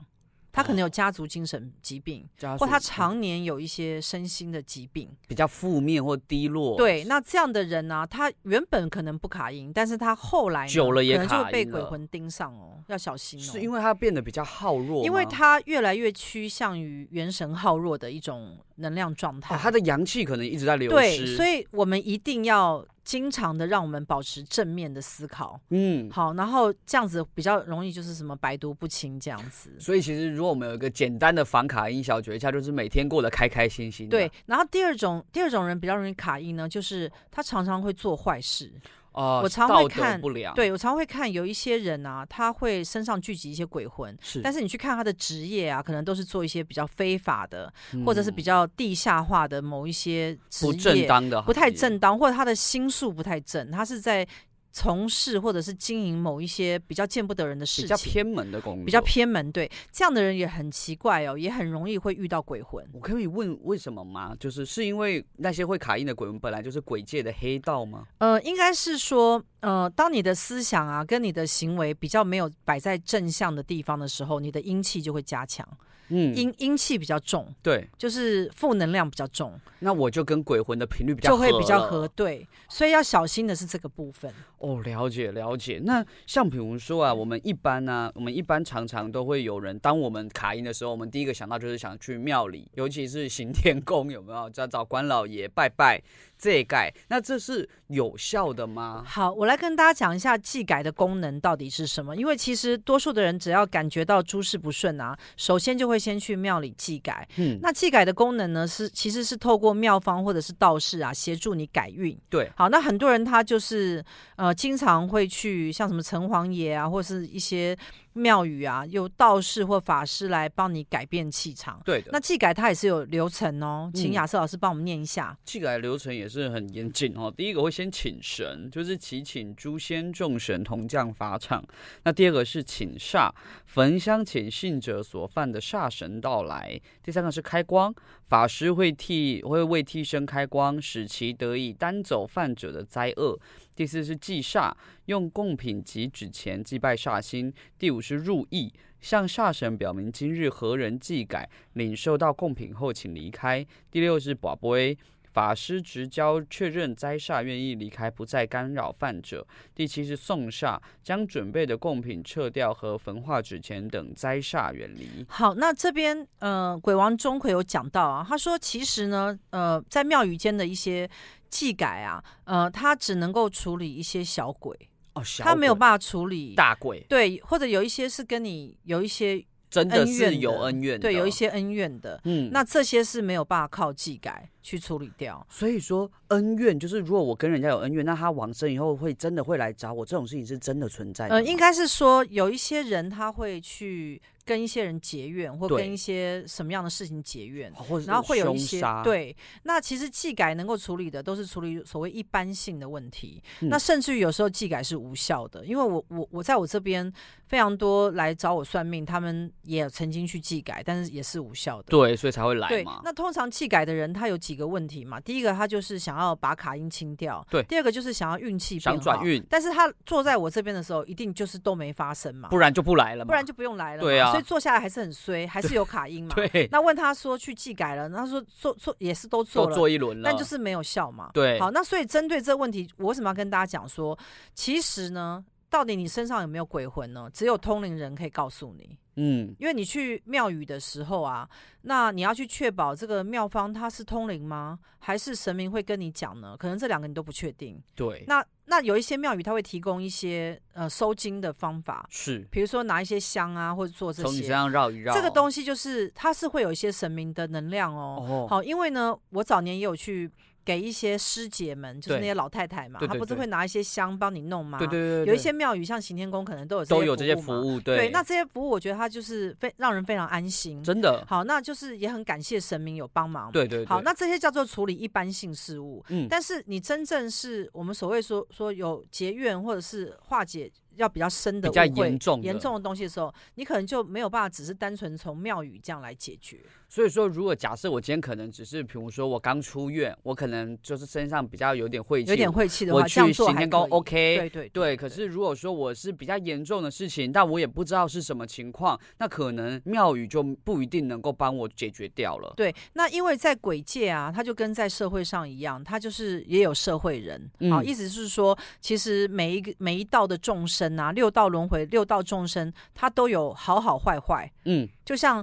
Speaker 1: 他可
Speaker 2: 哦
Speaker 1: 能有家族精神疾病，
Speaker 2: 家
Speaker 1: 或
Speaker 2: 属
Speaker 1: 他常年有一些身心的疾病。
Speaker 2: 比较负面或低落，
Speaker 1: 对，那这样的人呢、他原本可能不卡音，但是他后来呢
Speaker 2: 久了也
Speaker 1: 可能就
Speaker 2: 卡
Speaker 1: 会被
Speaker 2: 音
Speaker 1: 鬼
Speaker 2: 了
Speaker 1: 魂盯上哦，要小心哦。
Speaker 2: 是因为他变得比较好弱吗，
Speaker 1: 因为他越来越趋向于元神耗弱的一种能量状态。
Speaker 2: 哦他的阳气可能一直在流
Speaker 1: 对，
Speaker 2: 失，
Speaker 1: 所
Speaker 2: 以
Speaker 1: 以我们一定要经常的让我们保持正面的思考，
Speaker 2: 嗯。
Speaker 1: 好，然后这样子比较容易就是什么百毒不侵这样子。
Speaker 2: 所以其实，如果我们有一个简单的防卡音小诀窍，就是每天过得开开心心的。
Speaker 1: 对，然后第二种第二种人比较容易卡音呢，就是他常常会做坏事。
Speaker 2: 哦、
Speaker 1: 我常会
Speaker 2: 道德
Speaker 1: 看
Speaker 2: 不良。，
Speaker 1: 对我常会看有一些人啊，他会身上聚集一些鬼魂，
Speaker 2: 是，
Speaker 1: 但是你去看他的职业啊，可能都是做一些比较非法的，或者是
Speaker 2: 嗯
Speaker 1: 比较地下化的某一些职业，
Speaker 2: 不正当的行业，
Speaker 1: 不太正当，或者他的心术不太正，他是在从事或者是经营某一些比较见不得人的事
Speaker 2: 比
Speaker 1: 情，
Speaker 2: 较偏门的工作，
Speaker 1: 比较。偏门。对，这样的人也很奇怪哦，也很容易会遇到鬼魂。
Speaker 2: 我可以问为什么吗？就是是因为那些会卡印的鬼魂本来就是鬼界的黑道吗？
Speaker 1: 呃，应该是说，呃，当你的思想啊跟你的行为比较没有摆在正向的地方的时候，你的阴气就会加强，
Speaker 2: 嗯，
Speaker 1: 阴阴气比较重，
Speaker 2: 对。
Speaker 1: 就是负能量比较重，
Speaker 2: 那我就跟鬼魂的频率比较
Speaker 1: 就会比较
Speaker 2: 了
Speaker 1: 合对，所以要小心的是这个部分。
Speaker 2: 哦，了解了解。那像比如说啊，我们一般呢、我们一般常常都会有人，当我们卡音的时候，我们第一个想到就是想去庙里，尤其是行天宫有没有？找找关老爷拜拜这盖。那这是有效的吗？
Speaker 1: 好，我来跟大家讲一下技改的功能到底是什么。因为其实多数的人只要感觉到诸事不顺啊，首先就会先去庙里技改。
Speaker 2: 嗯，
Speaker 1: 那技改的功能呢，是其实是透过妙方或者是道士啊，协助你改运。
Speaker 2: 对，
Speaker 1: 好，那很多人他就是呃，经常会去像什么城隍爷啊，或是一些庙宇啊，有道士或法师来帮你改变气场。
Speaker 2: 对的，
Speaker 1: 那气改它也是有流程哦，请
Speaker 2: 嗯
Speaker 1: 亚瑟老师帮我们念一下。
Speaker 2: 气改流程也是很严谨哦。第一个会先请神，就是祈请诸仙众神同降法场。那第二个是请煞，焚香请信者所犯的煞神到来。第三个是开光，法师会替会为替身开光，使其得以担走犯者的灾厄。第四是祭煞，用贡品及纸钱祭拜煞星。第五是入义，向煞神表明今日何人祭改，领受到贡品后请离开。第六是宝贝。法师直交确认灾煞愿意离开，不再干扰犯者。第七是送煞，将准备的贡品撤掉和焚化纸钱等灾煞远离。
Speaker 1: 好，那这边呃，鬼王钟馗有讲到啊，他说其实呢，呃，在庙宇间的一些祭改啊，呃，他只能够处理一些小鬼，
Speaker 2: 哦，小
Speaker 1: 他没有
Speaker 2: 鬼
Speaker 1: 办法处理
Speaker 2: 大鬼，
Speaker 1: 对，或者有一些是跟你有一些
Speaker 2: 真的
Speaker 1: 恩怨
Speaker 2: 是
Speaker 1: 的
Speaker 2: 有恩怨的，哦
Speaker 1: 对有一些恩怨的，
Speaker 2: 嗯，
Speaker 1: 那这些是没有办法靠祭改去处理掉。
Speaker 2: 所以说恩怨就是，如果我跟人家有恩怨，那他往生以后会真的会来找我，这种事情是真的存在的吗。
Speaker 1: 呃，应该是说有一些人他会去跟一些人结怨，或
Speaker 2: 对
Speaker 1: 跟一些什么样的事情结怨。
Speaker 2: 哦，或者
Speaker 1: 然后会有一
Speaker 2: 是
Speaker 1: 些
Speaker 2: 凶杀，
Speaker 1: 对，那其实技改能够处理的都是处理所谓一般性的问题，
Speaker 2: 嗯
Speaker 1: 那甚至于有时候技改是无效的，因为我我我在我这边非常多来找我算命，他们也曾经去技改，但是也是无效的。
Speaker 2: 对，所以才会来
Speaker 1: 对
Speaker 2: 嘛，。
Speaker 1: 那通常技改的人他有几个问题嘛？第一个他就是想要把卡因清掉，
Speaker 2: 对
Speaker 1: 第二个就是想要运气
Speaker 2: 想
Speaker 1: 变
Speaker 2: 转
Speaker 1: 好，
Speaker 2: 运，
Speaker 1: 但是他坐在我这边的时候，一定就是都没发生嘛，
Speaker 2: 不然就不来了嘛，
Speaker 1: 不然就不用来了嘛，
Speaker 2: 对啊
Speaker 1: 所以坐下来还是很衰，还是有卡因嘛。
Speaker 2: [laughs] 对，
Speaker 1: 那问他说去技改了，他说做做也是都做
Speaker 2: 都
Speaker 1: 了，
Speaker 2: 做一轮了，
Speaker 1: 但就是没有效嘛。
Speaker 2: 对，
Speaker 1: 好，那所以针对这问题，我为什么要跟大家讲说，其实呢，到底你身上有没有鬼魂呢？只有通灵人可以告诉你，
Speaker 2: 嗯，
Speaker 1: 因为你去庙宇的时候啊，那你要去确保这个庙方他是通灵吗？还是神明会跟你讲呢？可能这两个你都不确定。
Speaker 2: 对，
Speaker 1: 那那有一些庙宇他会提供一些呃收金的方法，
Speaker 2: 是
Speaker 1: 比如说拿一些香啊，或者做这
Speaker 2: 从你身
Speaker 1: 些。
Speaker 2: 上绕一绕，哦
Speaker 1: 这个
Speaker 2: 西
Speaker 1: 东西就是它是会有一些神明的能量哦。
Speaker 2: 哦，
Speaker 1: 好，因为呢，我早年也有去给一些师姐们，就是
Speaker 2: 对
Speaker 1: 那些老太太嘛，
Speaker 2: 对
Speaker 1: 她
Speaker 2: 对
Speaker 1: 不是
Speaker 2: 对
Speaker 1: 会拿一些香帮你弄吗？
Speaker 2: 对对对，对
Speaker 1: 有一些庙宇像行天宫可能都有
Speaker 2: 都有这些
Speaker 1: 服
Speaker 2: 服
Speaker 1: 务嘛。
Speaker 2: 务，
Speaker 1: 对
Speaker 2: 对，
Speaker 1: 那这些服务我觉得它就是非让人非常安心。
Speaker 2: 真的，
Speaker 1: 好，那就是也很感谢神明有帮忙。
Speaker 2: 对对，
Speaker 1: 好，
Speaker 2: 对
Speaker 1: 那这些叫做处理一般性事务。
Speaker 2: 嗯，
Speaker 1: 但是你真正是我们所谓说说有结怨或者是化解要比较深的
Speaker 2: 比较
Speaker 1: 误会
Speaker 2: 严重的
Speaker 1: 严重的东西的时候，你可能就没有办法只是单纯从庙宇这样来解决。
Speaker 2: 所以说，如果假设我今天可能只是，比如说我刚出院，我可能就是身上比较有点晦气，
Speaker 1: 有点晦气的
Speaker 2: 我
Speaker 1: 话，这样
Speaker 2: 去
Speaker 1: 做
Speaker 2: 行
Speaker 1: 还
Speaker 2: 天
Speaker 1: 可
Speaker 2: 宫
Speaker 1: 以。
Speaker 2: OK。
Speaker 1: 对对
Speaker 2: 对，可是如果说我是比较严重的事情，但我也不知道是什么情况，那可能庙宇就不一定能够帮我解决掉了。
Speaker 1: 对，那因为在鬼界啊，它就跟在社会上一样，它就是也有社会人。好、
Speaker 2: 嗯
Speaker 1: 意思是说，其实每一个每一道的众生啊，六道轮回，六道众生，它都有好好坏坏，
Speaker 2: 嗯，
Speaker 1: 就像。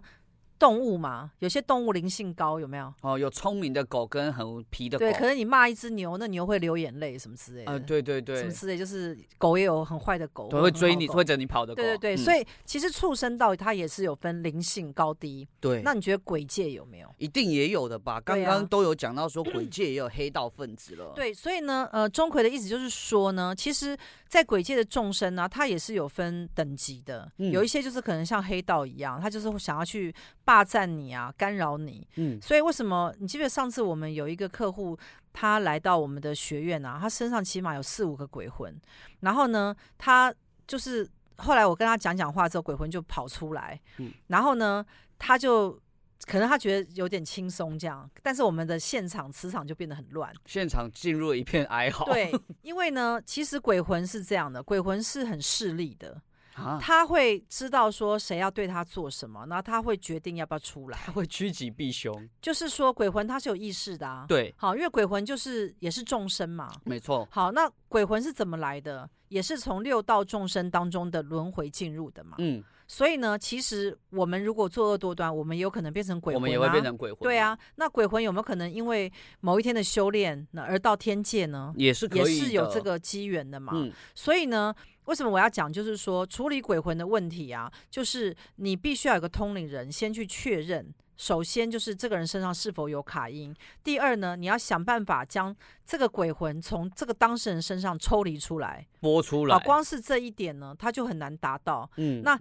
Speaker 1: 动物嘛，有些动物灵性高，有没有？
Speaker 2: 哦，有聪明的狗跟很皮的狗，
Speaker 1: 对，可能你骂一只牛，那牛会流眼泪什么之类的，
Speaker 2: 啊、对对
Speaker 1: 什
Speaker 2: 对
Speaker 1: 么，之类，就是狗也有很坏的狗，
Speaker 2: 对
Speaker 1: 或
Speaker 2: 会
Speaker 1: 者很
Speaker 2: 追
Speaker 1: 好
Speaker 2: 你，
Speaker 1: 狗
Speaker 2: 会着你跑的狗。
Speaker 1: 对对对，
Speaker 2: 嗯
Speaker 1: 所以其实畜生道它也是有分灵性高低。
Speaker 2: 对，
Speaker 1: 那你觉得鬼界有没有？
Speaker 2: 一定也有的吧？刚
Speaker 1: 对啊
Speaker 2: 刚都有讲到说鬼界也有黑道分子了。，
Speaker 1: 对，所以呢，呃，钟馗的意思就是说呢，其实，在鬼界的众生呢、他也是有分等级的，
Speaker 2: 嗯
Speaker 1: 有一些就是可能像黑道一样，他就是会想要去霸占你啊，干扰你。
Speaker 2: 嗯，
Speaker 1: 所以为什么你记不记得上次我们有一个客户，他来到我们的学院啊，他身上起码有四五个鬼魂，然后呢，他就是后来我跟他讲讲话之后，鬼魂就跑出来，
Speaker 2: 嗯
Speaker 1: 然后呢，他就。可能他觉得有点轻松这样，但是我们的现场磁场就变得很乱。
Speaker 2: 现场进入了一片哀嚎。
Speaker 1: 对，因为呢，其实鬼魂是这样的，鬼魂是很势利的，
Speaker 2: 啊，
Speaker 1: 他会知道说谁要对他做什么，然后他会决定要不要出来。
Speaker 2: 他会趋吉避凶。
Speaker 1: 就是说，鬼魂他是有意识的啊。，
Speaker 2: [laughs] 对，
Speaker 1: 好，因为鬼魂就是也是众生嘛。
Speaker 2: 没错，
Speaker 1: 好，那鬼魂是怎么来的？也是从六道众生当中的轮回进入的嘛。
Speaker 2: 嗯，
Speaker 1: 所以呢，其实我们如果作恶多端，我们也有可能变成鬼魂、啊，
Speaker 2: 我们也会变成鬼魂，
Speaker 1: 对，啊。那鬼魂有没有可能因为某一天的修炼，那而到天界呢？
Speaker 2: 也是可
Speaker 1: 也
Speaker 2: 以，
Speaker 1: 是有这，个机缘的嘛。
Speaker 2: 嗯，
Speaker 1: 所以呢，为什么我要讲？就是说处理鬼魂的问题啊，就是你必须要有个通灵人先去确认。首先就是这个人身上是否有卡因，第二呢，你要想办法将这个鬼魂从这个当事人身上抽离出来。
Speaker 2: 播出来，
Speaker 1: 啊，光是这一点呢，他就很难达到。
Speaker 2: 嗯
Speaker 1: 那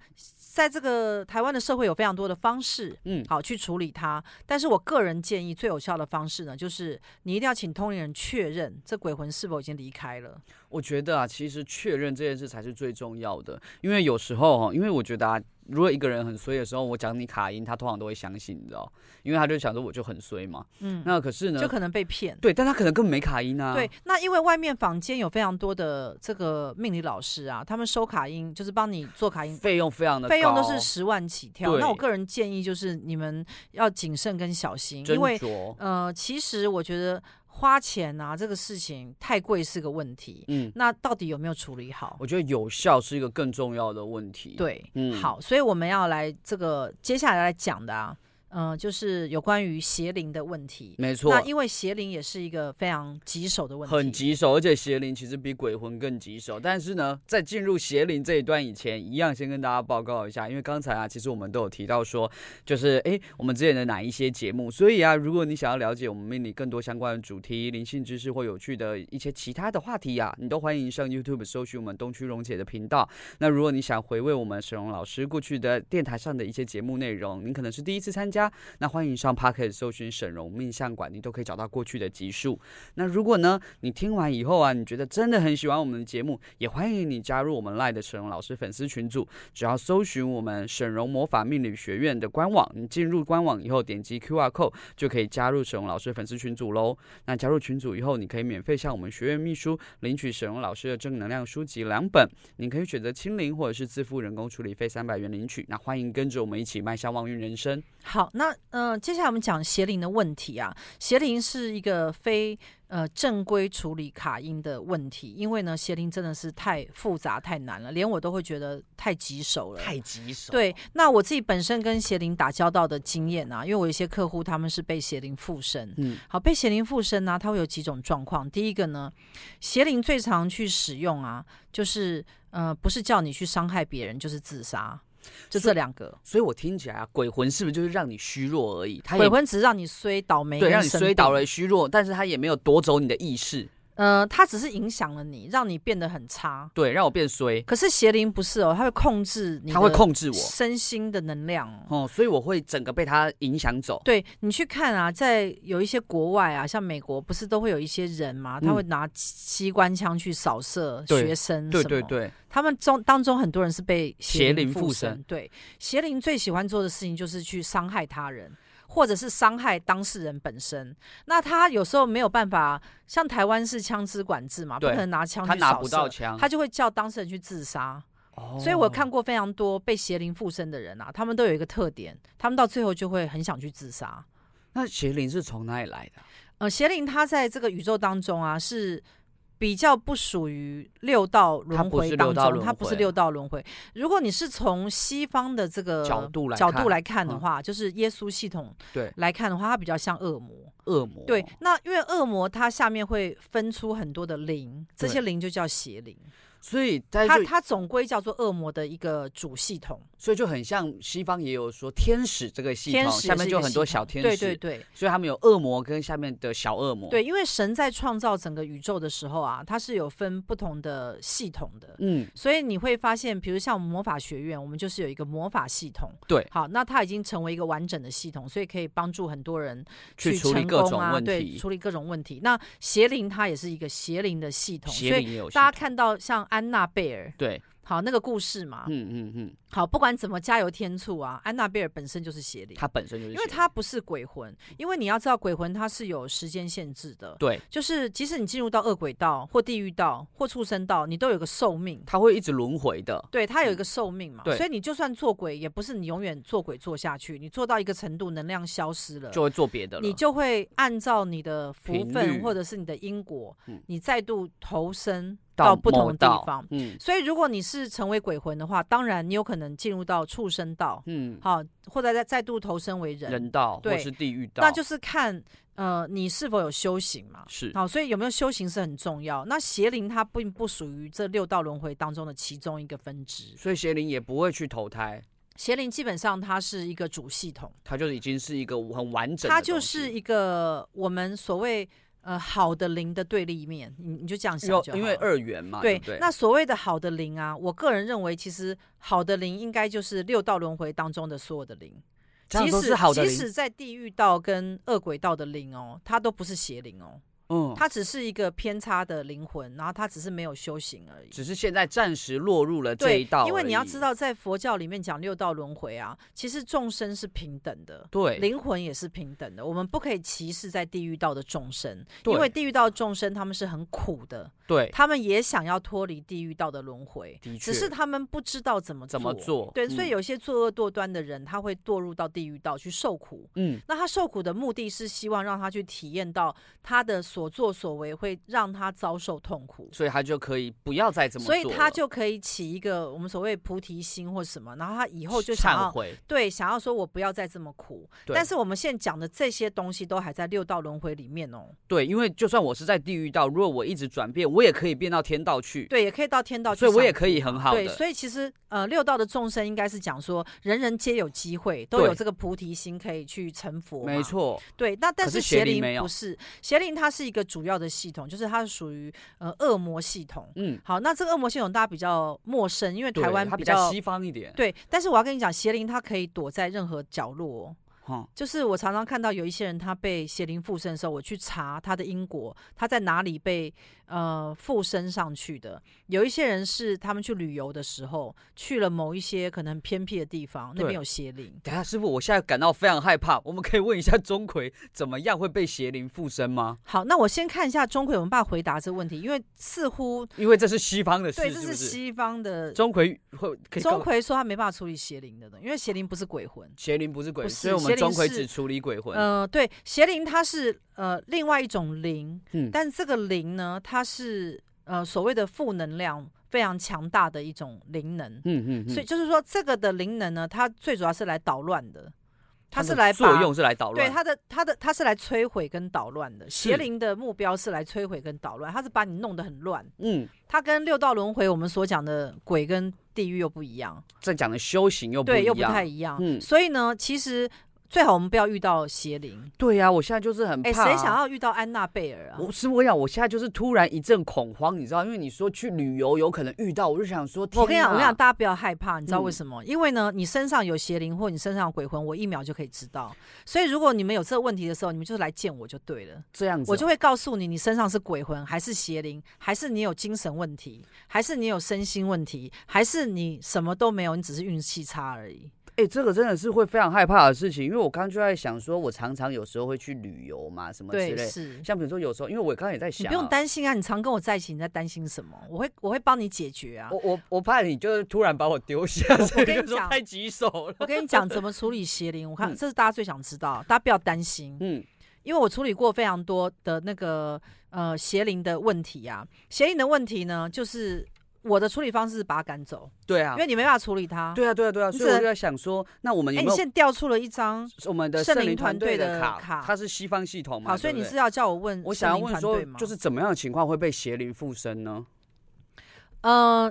Speaker 1: 在这个台湾的社会有非常多的方式，
Speaker 2: 嗯
Speaker 1: 好去处理它。但是我个人建议最有效的方式呢，就是你一定要请通灵人确认这鬼魂是否已经离开了。
Speaker 2: 我觉得啊，其实确认这件事才是最重要的，因为有时候哈，因为我觉得啊，如果一个人很衰的时候，我讲你卡音，他通常都会相信，你知道，因为他就想说我就很衰嘛。
Speaker 1: 嗯，
Speaker 2: 那可是呢，
Speaker 1: 就可能被骗。
Speaker 2: 对，但他可能根本没卡音啊。
Speaker 1: 对，，那因为外面坊间有非常多的这个命理老师啊，他们收卡音就是帮你做卡音，
Speaker 2: 费用非常的高，
Speaker 1: 费用都是十万起跳。
Speaker 2: 对
Speaker 1: 那我个人建议就是你们要谨慎跟小心，
Speaker 2: 斟
Speaker 1: 因为
Speaker 2: 酌。
Speaker 1: 呃，其实我觉得花钱啊这个事情太贵是个问题。
Speaker 2: 嗯，
Speaker 1: 那到底有没有处理好？
Speaker 2: 我觉得有效是一个更重要的问题。，
Speaker 1: 对，
Speaker 2: 嗯
Speaker 1: 好，所以我们要来这个接下来来讲的啊，嗯、就是有关于邪灵的问题。
Speaker 2: 没错
Speaker 1: 那。因为邪灵也是一个非常棘手的问题，
Speaker 2: 很。棘手，而且邪灵其实比鬼魂更棘手。但是呢，在进入邪灵这一段以前，一样先跟大家报告一下，因为刚才啊，其实我们都有提到说，就是诶，我们之前的哪一些节目，所以啊，如果你想要了解我们命理更多相关的主题、灵性知识或有趣的一些其他的话题啊，你都欢迎上 YouTube 搜寻我们东区荣姐的频道。那如果你想回味我们沈荣老师过去的电台上的一些节目内容，您可能是第一次参加，那欢迎上 p o c k e t 搜寻沈荣命相馆，你都可以找到过去的集数。那如果呢，你听完以后啊，你觉得真的很喜欢我们的节目，也欢迎你加入我们赖的沈荣老师粉丝群组。只要搜寻我们沈荣魔法命理学院的官网，你进入官网以后，点击 Q R code 就可以加入沈荣老师粉丝群组喽。那加入群组以后，你可以免费向我们学院秘书领取沈荣老师的正能量书籍两本，你可以选择清零或者是自付人工处理费三百元领取。那欢迎跟着我们一起迈向旺运人生。
Speaker 1: 好，那呃，接下来我们讲邪灵的问题啊，邪灵是一个非呃正规处理卡音的问题，因为呢，邪灵真的是太复杂太难了，连我都会觉得太棘手了，
Speaker 2: 棘手
Speaker 1: 对，那我自己本身跟邪灵打交道的经验啊，因为我有一些客户他们是被邪灵附身。
Speaker 2: 嗯，
Speaker 1: 好，被邪灵附身呢、它会有几种状况。第一个呢，邪灵最常去使用啊，就是呃，不是叫你去伤害别人，就是自杀，就这两个。
Speaker 2: 所以我听起来啊，鬼魂是不是就是让你虚弱而已？他也
Speaker 1: 鬼魂只是让你衰倒霉，
Speaker 2: 对，让你
Speaker 1: 生
Speaker 2: 摔倒
Speaker 1: 病
Speaker 2: 了、。虚弱，但是他也没有夺走你的意识，
Speaker 1: 呃，它只是影响了你，让你变得很差。
Speaker 2: 对，让我变衰，
Speaker 1: 可是邪灵不是哦，它会控制你，
Speaker 2: 他会控制我，
Speaker 1: 身心的能量哦。
Speaker 2: 哦，所以我会整个被他影响走。
Speaker 1: 对你去看啊，在有一些国外啊，像美国不是都会有一些人嘛，他
Speaker 2: 嗯
Speaker 1: 会拿机机关枪去扫射
Speaker 2: 对
Speaker 1: 学生
Speaker 2: 对
Speaker 1: 嗯什
Speaker 2: 对
Speaker 1: 么
Speaker 2: 对，
Speaker 1: 他们中当中很多人是被
Speaker 2: 邪灵
Speaker 1: 灵
Speaker 2: 附
Speaker 1: 身。
Speaker 2: 身
Speaker 1: 对，邪灵最喜欢做的事情就是去伤害他人，或者是伤害当事人本身。那他有时候没有办法，像台湾是枪支管制嘛，不
Speaker 2: 对
Speaker 1: 可能拿枪
Speaker 2: 他
Speaker 1: 去
Speaker 2: 拿
Speaker 1: 扫
Speaker 2: 不
Speaker 1: 射，
Speaker 2: 到枪，
Speaker 1: 他就会叫当事人去自杀。
Speaker 2: 哦
Speaker 1: 所以我看过非常多被邪灵附身的人啊，他们都有一个特点，他们到最后就会很想去自杀。
Speaker 2: 那邪灵是从哪里来的？啊
Speaker 1: 呃，邪灵它在这个宇宙当中啊是。比较不属于六道
Speaker 2: 它
Speaker 1: 轮
Speaker 2: 不
Speaker 1: 回
Speaker 2: 是六
Speaker 1: 当
Speaker 2: 道
Speaker 1: 中，
Speaker 2: 轮
Speaker 1: 它不是
Speaker 2: 回
Speaker 1: 六道轮回。如果你是从西方的这个
Speaker 2: 角度来
Speaker 1: 角
Speaker 2: 看
Speaker 1: 度来看的
Speaker 2: 嗯
Speaker 1: 话，就是耶稣系统
Speaker 2: 对
Speaker 1: 来看的话，它比较像恶魔。
Speaker 2: 恶魔，
Speaker 1: 嗯对，那因为恶魔它下面会分出很多的灵，这
Speaker 2: 对
Speaker 1: 些灵就叫邪灵。
Speaker 2: 所以它
Speaker 1: 它
Speaker 2: 就
Speaker 1: 它总归叫做恶魔的一个主系统，
Speaker 2: 所以就很像西方也有说天使这个系
Speaker 1: 天
Speaker 2: 统，
Speaker 1: 使
Speaker 2: 下
Speaker 1: 也
Speaker 2: 面
Speaker 1: 是一
Speaker 2: 就
Speaker 1: 个
Speaker 2: 很
Speaker 1: 系
Speaker 2: 多
Speaker 1: 统
Speaker 2: 小天
Speaker 1: 对对
Speaker 2: 使，哦
Speaker 1: 对
Speaker 2: 所以他们有恶魔跟下面的小恶魔，
Speaker 1: 对，，因为神在创造整个宇宙的时候啊，它是有分不同的系统的。
Speaker 2: 嗯，
Speaker 1: 所以你会发现，比如像我们魔法学院，我们就是有一个魔法系统。
Speaker 2: 对
Speaker 1: 好，那它已经成为一个完整的系统，所以可以帮助很多人
Speaker 2: 去处
Speaker 1: 成
Speaker 2: 理
Speaker 1: 功
Speaker 2: 各种
Speaker 1: 啊，
Speaker 2: 问
Speaker 1: 对，
Speaker 2: 题，
Speaker 1: 处理各种问题。那邪灵它也是一个邪灵的系统，
Speaker 2: 邪
Speaker 1: 所以
Speaker 2: 灵也有系
Speaker 1: 大家
Speaker 2: 统
Speaker 1: 看到像安娜贝尔，
Speaker 2: 对，
Speaker 1: 好那个故事嘛，
Speaker 2: 嗯嗯嗯，
Speaker 1: 好，不管怎么加油添醋啊，安娜贝尔本身就是邪灵，
Speaker 2: 它本身就是
Speaker 1: 因
Speaker 2: 邪灵，
Speaker 1: 为它不是鬼魂，因为你要知道鬼魂它是有时间限制的。
Speaker 2: 对，
Speaker 1: 就是，即使你进入到恶鬼道或地狱道或畜生道，你都有个寿命。
Speaker 2: 它会一直轮回的，
Speaker 1: 对，它有一个寿命嘛，
Speaker 2: 嗯对
Speaker 1: 所以你就算做鬼，也不是你永远做鬼做下去，你做到一个程度，能量消失了，
Speaker 2: 就会做别的了，
Speaker 1: 你就会按照你的福
Speaker 2: 频率
Speaker 1: 分或者是你的因果
Speaker 2: 嗯，
Speaker 1: 你再度投身到不
Speaker 2: 某
Speaker 1: 同的
Speaker 2: 道
Speaker 1: 地方。
Speaker 2: 嗯，
Speaker 1: 所以，如果你是是成为鬼魂的话，当然你有可能进入到畜生道，
Speaker 2: 嗯，
Speaker 1: 好，或者再再度投身为人，
Speaker 2: 人道或
Speaker 1: 对
Speaker 2: 是地狱道，
Speaker 1: 那就是看呃你是否有修行嘛。
Speaker 2: 是
Speaker 1: 好，所以有没有修行是很重要。那邪灵它并不属于这六道轮回当中的其中一个分支，
Speaker 2: 所以邪灵也不会去投胎，
Speaker 1: 邪灵基本上它是一个主系统，
Speaker 2: 它就已经是一个很完整的东西。
Speaker 1: 它就是一个我们所谓呃好的灵的对立面，你你就这样想
Speaker 2: 有
Speaker 1: 就好
Speaker 2: 因为
Speaker 1: 了
Speaker 2: 二元嘛，对
Speaker 1: 对
Speaker 2: 不对？
Speaker 1: 那所谓的好的灵啊，我个人认为，其实好的灵应该就是六道轮回当中的所有的灵，
Speaker 2: 这样
Speaker 1: 即
Speaker 2: 都
Speaker 1: 使
Speaker 2: 是好的
Speaker 1: 即
Speaker 2: 灵，
Speaker 1: 使在地狱道跟恶鬼道的灵哦，它都不是邪灵哦，
Speaker 2: 嗯，
Speaker 1: 它只是一个偏差的灵魂，然后它只是没有修行而已。
Speaker 2: 只是现在暂时落入了这
Speaker 1: 对
Speaker 2: 一道，
Speaker 1: 因为你要知，道，在佛教里面讲六道轮回啊，其实众生是平等的。
Speaker 2: 对，
Speaker 1: 灵魂也是平等的，我们不可以歧视在地狱道的众生，
Speaker 2: 对
Speaker 1: 因为地狱道的众生他们是很苦的，
Speaker 2: 对，
Speaker 1: 他们也想要脱离地狱道的轮回
Speaker 2: 的，
Speaker 1: 只
Speaker 2: 确
Speaker 1: 是他们不知道怎么
Speaker 2: 怎么做
Speaker 1: 对，所以
Speaker 2: 嗯
Speaker 1: 有些作恶多端的人，他会堕入到地狱道去受苦。
Speaker 2: 嗯，
Speaker 1: 那他受苦的目的是希望让他去体验到他的所作所为会让他遭受痛苦，
Speaker 2: 所以他就可以不要再这么做
Speaker 1: 所
Speaker 2: 了，
Speaker 1: 以他就可以起一个我们所谓菩提心或什么，然后他以后就想
Speaker 2: 忏
Speaker 1: 要
Speaker 2: 悔，
Speaker 1: 对想要说我不要再这么苦。
Speaker 2: 对
Speaker 1: 但是我们现在讲的这些东西都还在六道轮回里面哦，
Speaker 2: 对，因为就算我是在地狱道，如果我一直转变，我也可以变到天道去，
Speaker 1: 对，也可以到天道去
Speaker 2: 所
Speaker 1: 享
Speaker 2: 以
Speaker 1: 福嘛，
Speaker 2: 我也可以很好
Speaker 1: 对，
Speaker 2: 的，
Speaker 1: 所以其实呃，六道的众生应该是讲说，人人皆有机会，都有
Speaker 2: 对
Speaker 1: 这个菩提心可以去成佛。
Speaker 2: 没，错，
Speaker 1: 对。那但
Speaker 2: 可是邪
Speaker 1: 邪
Speaker 2: 灵
Speaker 1: 灵
Speaker 2: 没有
Speaker 1: 不是，邪灵它是一个主要的系统，就是它是属于呃恶魔系统。
Speaker 2: 嗯，
Speaker 1: 好，那这个恶魔系统大家比较陌生，因为
Speaker 2: 对
Speaker 1: 台湾
Speaker 2: 它比
Speaker 1: 较
Speaker 2: 较西方一点，
Speaker 1: 对。但是我要跟你讲，邪灵它可以躲在任何角落哦、
Speaker 2: 哈，
Speaker 1: 就是我常常看到有一些人，他被邪灵附身的时候，我去查他的因果，他在哪里被呃附身上去的。有一些人是他们去旅游的时候，去了某一些可能很偏僻的地方，那
Speaker 2: 对
Speaker 1: 边有邪灵。
Speaker 2: 等一下，师傅，我现在感到非常害怕。我们可以问一下钟馗，怎么样会被邪灵附身吗？
Speaker 1: 好，那我先看一下钟馗有没有办法回答这个问题，因为似乎
Speaker 2: 因为这是西方的事，
Speaker 1: 对这
Speaker 2: 是
Speaker 1: 是
Speaker 2: 不是？
Speaker 1: 西方的
Speaker 2: 钟馗会可以告
Speaker 1: 钟馗说他没办法处理邪灵的东西，因为邪灵不是鬼魂。
Speaker 2: 邪灵不是鬼，
Speaker 1: 不是
Speaker 2: 所以我
Speaker 1: 邪
Speaker 2: 们
Speaker 1: 灵
Speaker 2: 钟
Speaker 1: 是
Speaker 2: 馗只处理鬼魂。
Speaker 1: 呃，对，邪灵它是呃另外一种灵，
Speaker 2: 嗯
Speaker 1: 但这个灵呢，它是呃所谓的负能量非常强大的一种灵能，
Speaker 2: 嗯嗯嗯，
Speaker 1: 所以就是说这个的灵能呢，它最主要是来捣乱的，它
Speaker 2: 它
Speaker 1: 是
Speaker 2: 的
Speaker 1: 来
Speaker 2: 作
Speaker 1: 把
Speaker 2: 用是来捣
Speaker 1: 对
Speaker 2: 乱。
Speaker 1: 它的它的它是来摧毁跟捣乱的，邪
Speaker 2: 是
Speaker 1: 灵的目标是来摧毁跟捣乱，它是把你弄得很乱。
Speaker 2: 嗯，
Speaker 1: 它跟六道轮回我们所讲的鬼跟地狱又不一样，
Speaker 2: 这讲的修行又不
Speaker 1: 对，
Speaker 2: 一
Speaker 1: 又不
Speaker 2: 样
Speaker 1: 太一样。
Speaker 2: 嗯
Speaker 1: 所以呢，其实最好我们不要遇到邪灵。
Speaker 2: 对呀、我现在就是很怕、
Speaker 1: 哎、
Speaker 2: 啊。
Speaker 1: 谁想要遇到安娜贝尔啊？
Speaker 2: 我师傅，我想我现在就是突然一阵恐慌，你知道，因为你说去旅游有可能遇到，我就想说，
Speaker 1: 我跟你
Speaker 2: 天
Speaker 1: 讲，我跟你
Speaker 2: 哪
Speaker 1: 讲，大家不要害怕，你知道为
Speaker 2: 嗯
Speaker 1: 什么？因为呢，你身上有邪灵或你身上有鬼魂，我一秒就可以知道。所以如果你们有这个问题的时候，你们就是来见我就对了，
Speaker 2: 这样子哦，
Speaker 1: 我就会告诉你，你身上是鬼魂还是邪灵，还是你有精神问题，还是你有身心问题，还是你什么都没有，你只是运气差而已。
Speaker 2: 哎、这个真的是会非常害怕的事情，因为我刚刚就在想说，我常常有时候会去旅游嘛，什么之
Speaker 1: 对，
Speaker 2: 类。
Speaker 1: 是。
Speaker 2: 像比如说有时候，因为我刚刚也在
Speaker 1: 你
Speaker 2: 想、啊，
Speaker 1: 不用担心啊，你常跟我在一起，你在担心什么？我会我会帮你解决
Speaker 2: [laughs]
Speaker 1: 啊。
Speaker 2: 我我我怕你就是突然把我丢下，所以
Speaker 1: 跟
Speaker 2: 就
Speaker 1: 你
Speaker 2: 说
Speaker 1: 讲
Speaker 2: 太棘手了。
Speaker 1: 我跟你讲怎么处理邪灵，我看
Speaker 2: 嗯
Speaker 1: 这是大家最想知道，大家不要担心。
Speaker 2: 嗯，
Speaker 1: 因为我处理过非常多的那个呃邪灵的问题啊，邪灵的问题呢，就是我的处理方式是把它赶走，
Speaker 2: 对啊
Speaker 1: 因，为你没办法处理它。
Speaker 2: 对啊，对啊，对啊，
Speaker 1: 你
Speaker 2: 所以我
Speaker 1: 只
Speaker 2: 就在想说，那我
Speaker 1: 哎、
Speaker 2: 们有
Speaker 1: 你
Speaker 2: 没有
Speaker 1: 现在调出了一张，
Speaker 2: 我们的
Speaker 1: 圣
Speaker 2: 圣
Speaker 1: 灵
Speaker 2: 灵
Speaker 1: 团
Speaker 2: 团
Speaker 1: 队
Speaker 2: 队
Speaker 1: 的
Speaker 2: 的卡？
Speaker 1: 卡
Speaker 2: 它是西方系统嘛？
Speaker 1: 好，所以
Speaker 2: 对
Speaker 1: 你
Speaker 2: 不对
Speaker 1: 是要叫我问
Speaker 2: 我
Speaker 1: 圣
Speaker 2: 想要
Speaker 1: 灵
Speaker 2: 问
Speaker 1: 团
Speaker 2: 说
Speaker 1: 队，吗
Speaker 2: 就是怎么样的情况会被邪灵附身呢？
Speaker 1: 呃，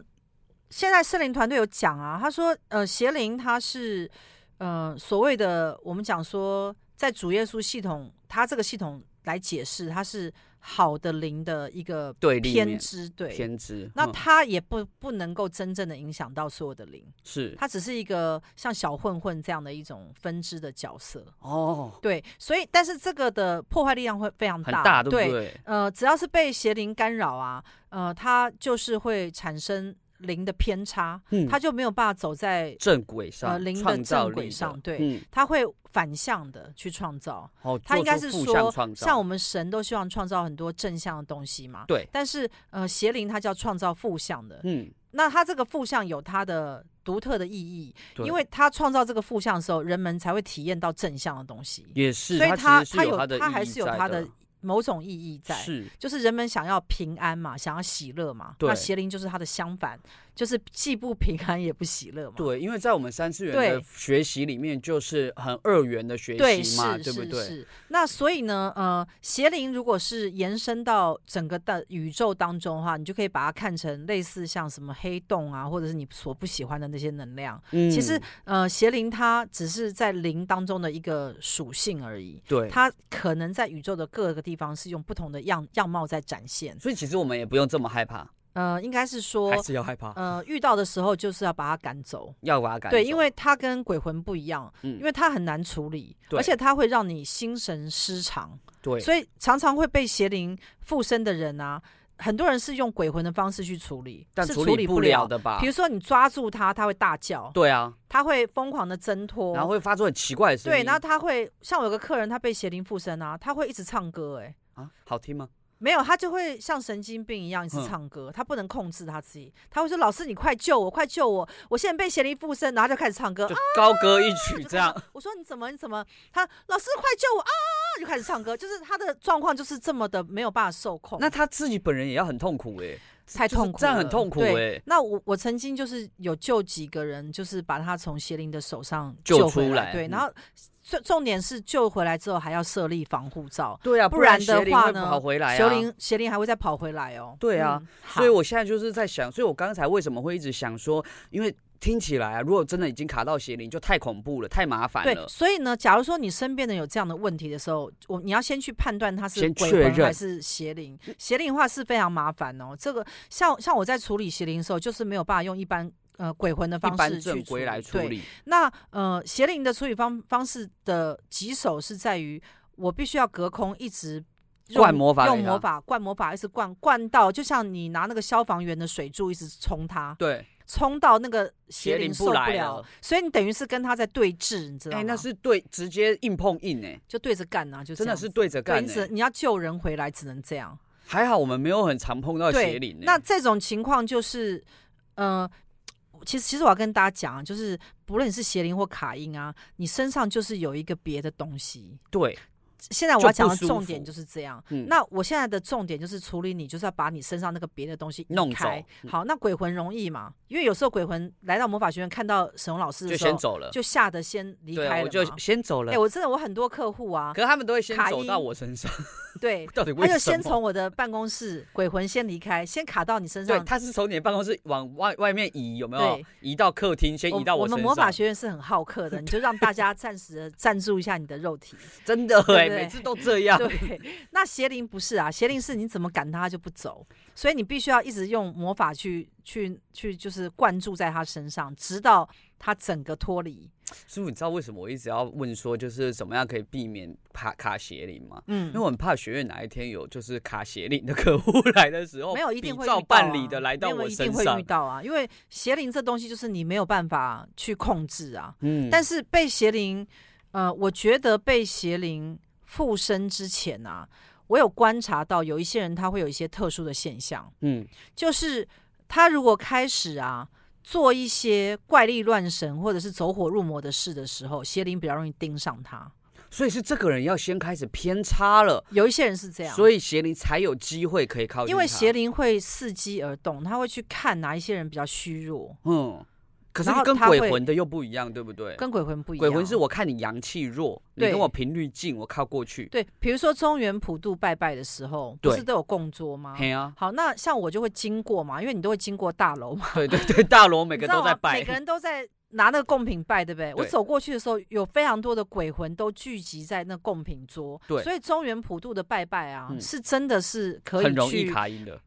Speaker 1: 现在圣灵团队有讲啊，他说呃邪灵它是呃所谓的我们讲说在主耶稣系统，它这个系统来解释它是好的灵的一个
Speaker 2: 对立
Speaker 1: 偏
Speaker 2: 面
Speaker 1: 执，对
Speaker 2: 天知，
Speaker 1: 那
Speaker 2: 嗯
Speaker 1: 它也不不能够真正的影响到所有的灵，
Speaker 2: 是
Speaker 1: 它只是一个像小混混这样的一种分支的角色。
Speaker 2: 哦，
Speaker 1: 对，所以但是这个的破坏力量会非常
Speaker 2: 很
Speaker 1: 大，
Speaker 2: 大，对不对？
Speaker 1: 呃，只要是被邪灵干扰啊，呃，它就是会产生灵的偏差，
Speaker 2: 嗯，
Speaker 1: 它就没有办法走在，
Speaker 2: 正轨
Speaker 1: 呃
Speaker 2: 上，
Speaker 1: 灵的
Speaker 2: 创造
Speaker 1: 正轨
Speaker 2: 力的
Speaker 1: 上对
Speaker 2: 嗯，
Speaker 1: 它会反向的去创造。
Speaker 2: 哦，
Speaker 1: 它
Speaker 2: 做
Speaker 1: 应该
Speaker 2: 出
Speaker 1: 是
Speaker 2: 负
Speaker 1: 说
Speaker 2: 向创造
Speaker 1: 像我们神都希望创造很多正向的东西嘛，
Speaker 2: 对，
Speaker 1: 但是呃，邪灵它叫创造负向的，
Speaker 2: 嗯，
Speaker 1: 那它这个负向有它的独特的意义，
Speaker 2: 对
Speaker 1: 因为它创造这个负向的时候，人们才会体验到正向的东西，
Speaker 2: 也是，
Speaker 1: 所以
Speaker 2: 它
Speaker 1: 它
Speaker 2: 其实是
Speaker 1: 有
Speaker 2: 它的
Speaker 1: 它
Speaker 2: 意
Speaker 1: 还
Speaker 2: 义
Speaker 1: 是有
Speaker 2: 在
Speaker 1: 它
Speaker 2: 的
Speaker 1: 的某种意义在，嗯
Speaker 2: 是
Speaker 1: 就是人们想要平安嘛，想要喜乐嘛，
Speaker 2: 对
Speaker 1: 那邪灵就是它的相反，就是既不平安也不喜乐嘛。
Speaker 2: 对，因为在我们三次元的
Speaker 1: 对
Speaker 2: 学习里面，就是很二元的学
Speaker 1: 对，
Speaker 2: 习嘛，
Speaker 1: 是
Speaker 2: 对不
Speaker 1: 是
Speaker 2: 对？
Speaker 1: 是。那所以呢，呃，邪灵如果是延伸到整个的宇宙当中的话，你就可以把它看成类似像什么黑洞啊，或者是你所不喜欢的那些能量。
Speaker 2: 嗯
Speaker 1: 其实，呃，邪灵它只是在灵当中的一个属性而已，
Speaker 2: 对，
Speaker 1: 它可能在宇宙的各个地方是用不同的样样貌在展现。
Speaker 2: 所以其实我们也不用这么害怕，
Speaker 1: 呃，应该是说
Speaker 2: 还，是要害怕，
Speaker 1: 呃，遇到的时候就是要把它赶走。
Speaker 2: 要把它赶
Speaker 1: 对，
Speaker 2: 走
Speaker 1: 因为它跟鬼魂不一样，
Speaker 2: 嗯
Speaker 1: 因为它很难处理，
Speaker 2: 对
Speaker 1: 而且它会让你心神失常，
Speaker 2: 对，
Speaker 1: 所以常常会被邪灵附身的人啊，很多人是用鬼魂的方式去处理，
Speaker 2: 但
Speaker 1: 是
Speaker 2: 处
Speaker 1: 处
Speaker 2: 理
Speaker 1: 不
Speaker 2: 了
Speaker 1: 的。
Speaker 2: 的吧
Speaker 1: 比？如说你抓住它，它会大叫，
Speaker 2: 对啊，
Speaker 1: 它会疯狂的挣脱，
Speaker 2: 然后会发出很奇怪的声音。
Speaker 1: 对，然后它会像我有个客人，他被邪灵附身啊，他会一直唱歌、哎。
Speaker 2: 啊，好听吗？
Speaker 1: 没有，他就会像神经病一样一直
Speaker 2: 嗯
Speaker 1: 唱歌，他不能控制他自己，他会说：“老师，你快救我，快救我！我现在被邪灵附身。”然后他就开始唱歌
Speaker 2: 就，高歌一曲
Speaker 1: [laughs]
Speaker 2: 这样。
Speaker 1: 我说你怎么你怎么？他老师快救我啊！就开始唱歌，就是他的状况就是这么的没有办法受控，
Speaker 2: 那他自己本人也要很痛苦哎、
Speaker 1: 太
Speaker 2: 就是
Speaker 1: 痛苦了，
Speaker 2: 这样很痛苦
Speaker 1: 对
Speaker 2: 哎
Speaker 1: 那我我曾经就是有救几个人，就是把他从邪灵的手上
Speaker 2: 救
Speaker 1: 回
Speaker 2: 出来
Speaker 1: 对，
Speaker 2: 嗯
Speaker 1: 然后重重点是救回来之后还要设立防护罩，
Speaker 2: 对啊，
Speaker 1: 不
Speaker 2: 不然
Speaker 1: 然
Speaker 2: 邪
Speaker 1: 的
Speaker 2: 灵
Speaker 1: 话
Speaker 2: 会
Speaker 1: 呢
Speaker 2: 跑回来
Speaker 1: 邪
Speaker 2: 啊。
Speaker 1: 灵邪灵还会再跑回来哦。
Speaker 2: 对啊
Speaker 1: 嗯，好
Speaker 2: 所以我现在就是在想，所以我刚才为什么会一直想说，因为听起来啊，如果真的已经卡到邪灵，就太恐怖了，太麻烦
Speaker 1: 对，
Speaker 2: 了。
Speaker 1: 所以呢，假如说你身边的有这样的问题的时候，我你要先去判断它是
Speaker 2: 先
Speaker 1: 鬼
Speaker 2: 确
Speaker 1: 魂还
Speaker 2: 认嗯
Speaker 1: 是邪灵。邪灵的话是非常麻烦哦。这个像像我在处理邪灵的时候，就是没有办法用一般呃鬼魂的
Speaker 2: 一
Speaker 1: 方
Speaker 2: 般
Speaker 1: 式
Speaker 2: 正
Speaker 1: 去
Speaker 2: 规来处
Speaker 1: 对
Speaker 2: 理，
Speaker 1: 那呃邪灵的处理方方式的棘手是在于，我必须要隔空一直。用
Speaker 2: 灌魔法
Speaker 1: 用
Speaker 2: 给
Speaker 1: 魔
Speaker 2: 他
Speaker 1: 法，灌魔法，一直灌灌到，就像你拿那个消防员的水柱一直冲它，
Speaker 2: 对，
Speaker 1: 冲到那个邪
Speaker 2: 邪灵
Speaker 1: 灵
Speaker 2: 不
Speaker 1: 受不
Speaker 2: 来
Speaker 1: 了
Speaker 2: 了，
Speaker 1: 所以你等于是跟他在对峙，你知道
Speaker 2: 哎、
Speaker 1: 吗？
Speaker 2: 那是对，直接硬碰硬哎、
Speaker 1: 就对着干呐、啊，就这
Speaker 2: 真的
Speaker 1: 样
Speaker 2: 是
Speaker 1: 子
Speaker 2: 对着
Speaker 1: 对，
Speaker 2: 干
Speaker 1: 你
Speaker 2: 哎、
Speaker 1: 只你要救人回来，只能这样。
Speaker 2: 还好我们没有很常碰到邪
Speaker 1: 对
Speaker 2: 灵、欸，，
Speaker 1: 那这种情况就是，呃，其实其实我要跟大家讲啊，就是不论你是邪灵或卡因啊，你身上就是有一个别的东西。
Speaker 2: 对，
Speaker 1: 现在我
Speaker 2: 就
Speaker 1: 要讲的
Speaker 2: 不舒
Speaker 1: 重点
Speaker 2: 服
Speaker 1: 就是这样。
Speaker 2: 嗯
Speaker 1: 那我现在的重点就是处理你，就是要把你身上那个别的东西移
Speaker 2: 弄
Speaker 1: 开
Speaker 2: 走。嗯
Speaker 1: 好，那鬼魂容易嘛？因为有时候鬼魂来到魔法学院看到沈龙老师
Speaker 2: 就
Speaker 1: 的时候，
Speaker 2: 先走了，
Speaker 1: 就吓得先离
Speaker 2: 对啊，
Speaker 1: 开
Speaker 2: 我
Speaker 1: 了
Speaker 2: 就
Speaker 1: 嘛。
Speaker 2: 先走了。
Speaker 1: 哎、我真的我很多客户啊，
Speaker 2: 可是他们都会先
Speaker 1: 卡
Speaker 2: 走
Speaker 1: 因
Speaker 2: 到我身上， [laughs]
Speaker 1: 对，
Speaker 2: 到 [laughs] 底
Speaker 1: 他
Speaker 2: 为什么？
Speaker 1: 就先从我的办公室鬼魂先离开，先卡到你身
Speaker 2: 对，
Speaker 1: 上。
Speaker 2: 他是从你的办公室往外外面移，有没有
Speaker 1: 对？
Speaker 2: 移到客厅，先移到
Speaker 1: 我
Speaker 2: 身
Speaker 1: 们
Speaker 2: 上。
Speaker 1: 魔法学院是很好客的，你就让大家暂时
Speaker 2: [laughs]
Speaker 1: 的赞助一下你的肉体。
Speaker 2: 真的
Speaker 1: 对
Speaker 2: 哎、
Speaker 1: 不对
Speaker 2: 每次都这 [laughs] 样。
Speaker 1: 对，那邪灵不是啊，邪灵是你怎么赶他就不走，所以你必须要一直用魔法去去去，就是灌注在他身上，直到他整个脱离。
Speaker 2: 师傅，你知道为什么我一直要问说，就是怎么样可以避免卡卡邪灵吗？
Speaker 1: 嗯
Speaker 2: 因为，我很怕学院哪一天有就是卡邪灵的客户来的时候，
Speaker 1: 没有一定
Speaker 2: 比
Speaker 1: 会遇
Speaker 2: 照
Speaker 1: 到
Speaker 2: 办
Speaker 1: 啊
Speaker 2: 理的来
Speaker 1: 没
Speaker 2: 到
Speaker 1: 有
Speaker 2: 我
Speaker 1: 一定
Speaker 2: 身
Speaker 1: 会
Speaker 2: 上
Speaker 1: 遇。到啊，因为邪灵这东西就是你没有办法去控制啊。
Speaker 2: 嗯
Speaker 1: 但
Speaker 2: 是
Speaker 1: 是被邪灵，呃，我觉得被邪灵附身之前啊，我有观察到有一些人他会有一些特殊的现象，
Speaker 2: 嗯，
Speaker 1: 就是他如果开始啊做一些怪力乱神或者是走火入魔的事的时候，邪灵比较容易盯上他。
Speaker 2: 所以是这个人要先开始偏差了，
Speaker 1: 有一些人是这样，
Speaker 2: 所以邪灵才有机会可以靠
Speaker 1: 啊
Speaker 2: 近
Speaker 1: 因为
Speaker 2: 他
Speaker 1: 邪灵会伺机而动，他会去看哪一些人比较虚弱，
Speaker 2: 嗯，可是
Speaker 1: 然后
Speaker 2: 跟
Speaker 1: 他
Speaker 2: 鬼
Speaker 1: 会
Speaker 2: 魂的又不一样，对不对？
Speaker 1: 跟鬼魂不一样。
Speaker 2: 鬼魂是我看你阳气弱，你
Speaker 1: 对
Speaker 2: 跟我频率近，我靠过去。
Speaker 1: 对，比如说中原普渡拜拜的时候，不
Speaker 2: 对
Speaker 1: 是都有供桌吗？
Speaker 2: 嘿啊， [laughs]
Speaker 1: 好，那像我就会经过嘛，因为你都会经过大楼嘛，
Speaker 2: 对对对，大罗每
Speaker 1: 你
Speaker 2: 个
Speaker 1: 知道
Speaker 2: 都在
Speaker 1: 吗
Speaker 2: 拜
Speaker 1: 每个，人都在拿那个贡品拜，对不对？我
Speaker 2: 对
Speaker 1: 走过去的时候，有非常多的鬼魂都聚集在那贡品桌，
Speaker 2: 对
Speaker 1: 所以中原普渡的拜拜啊，
Speaker 2: 嗯
Speaker 1: 是真的是可以去，
Speaker 2: 很容易卡哦音的。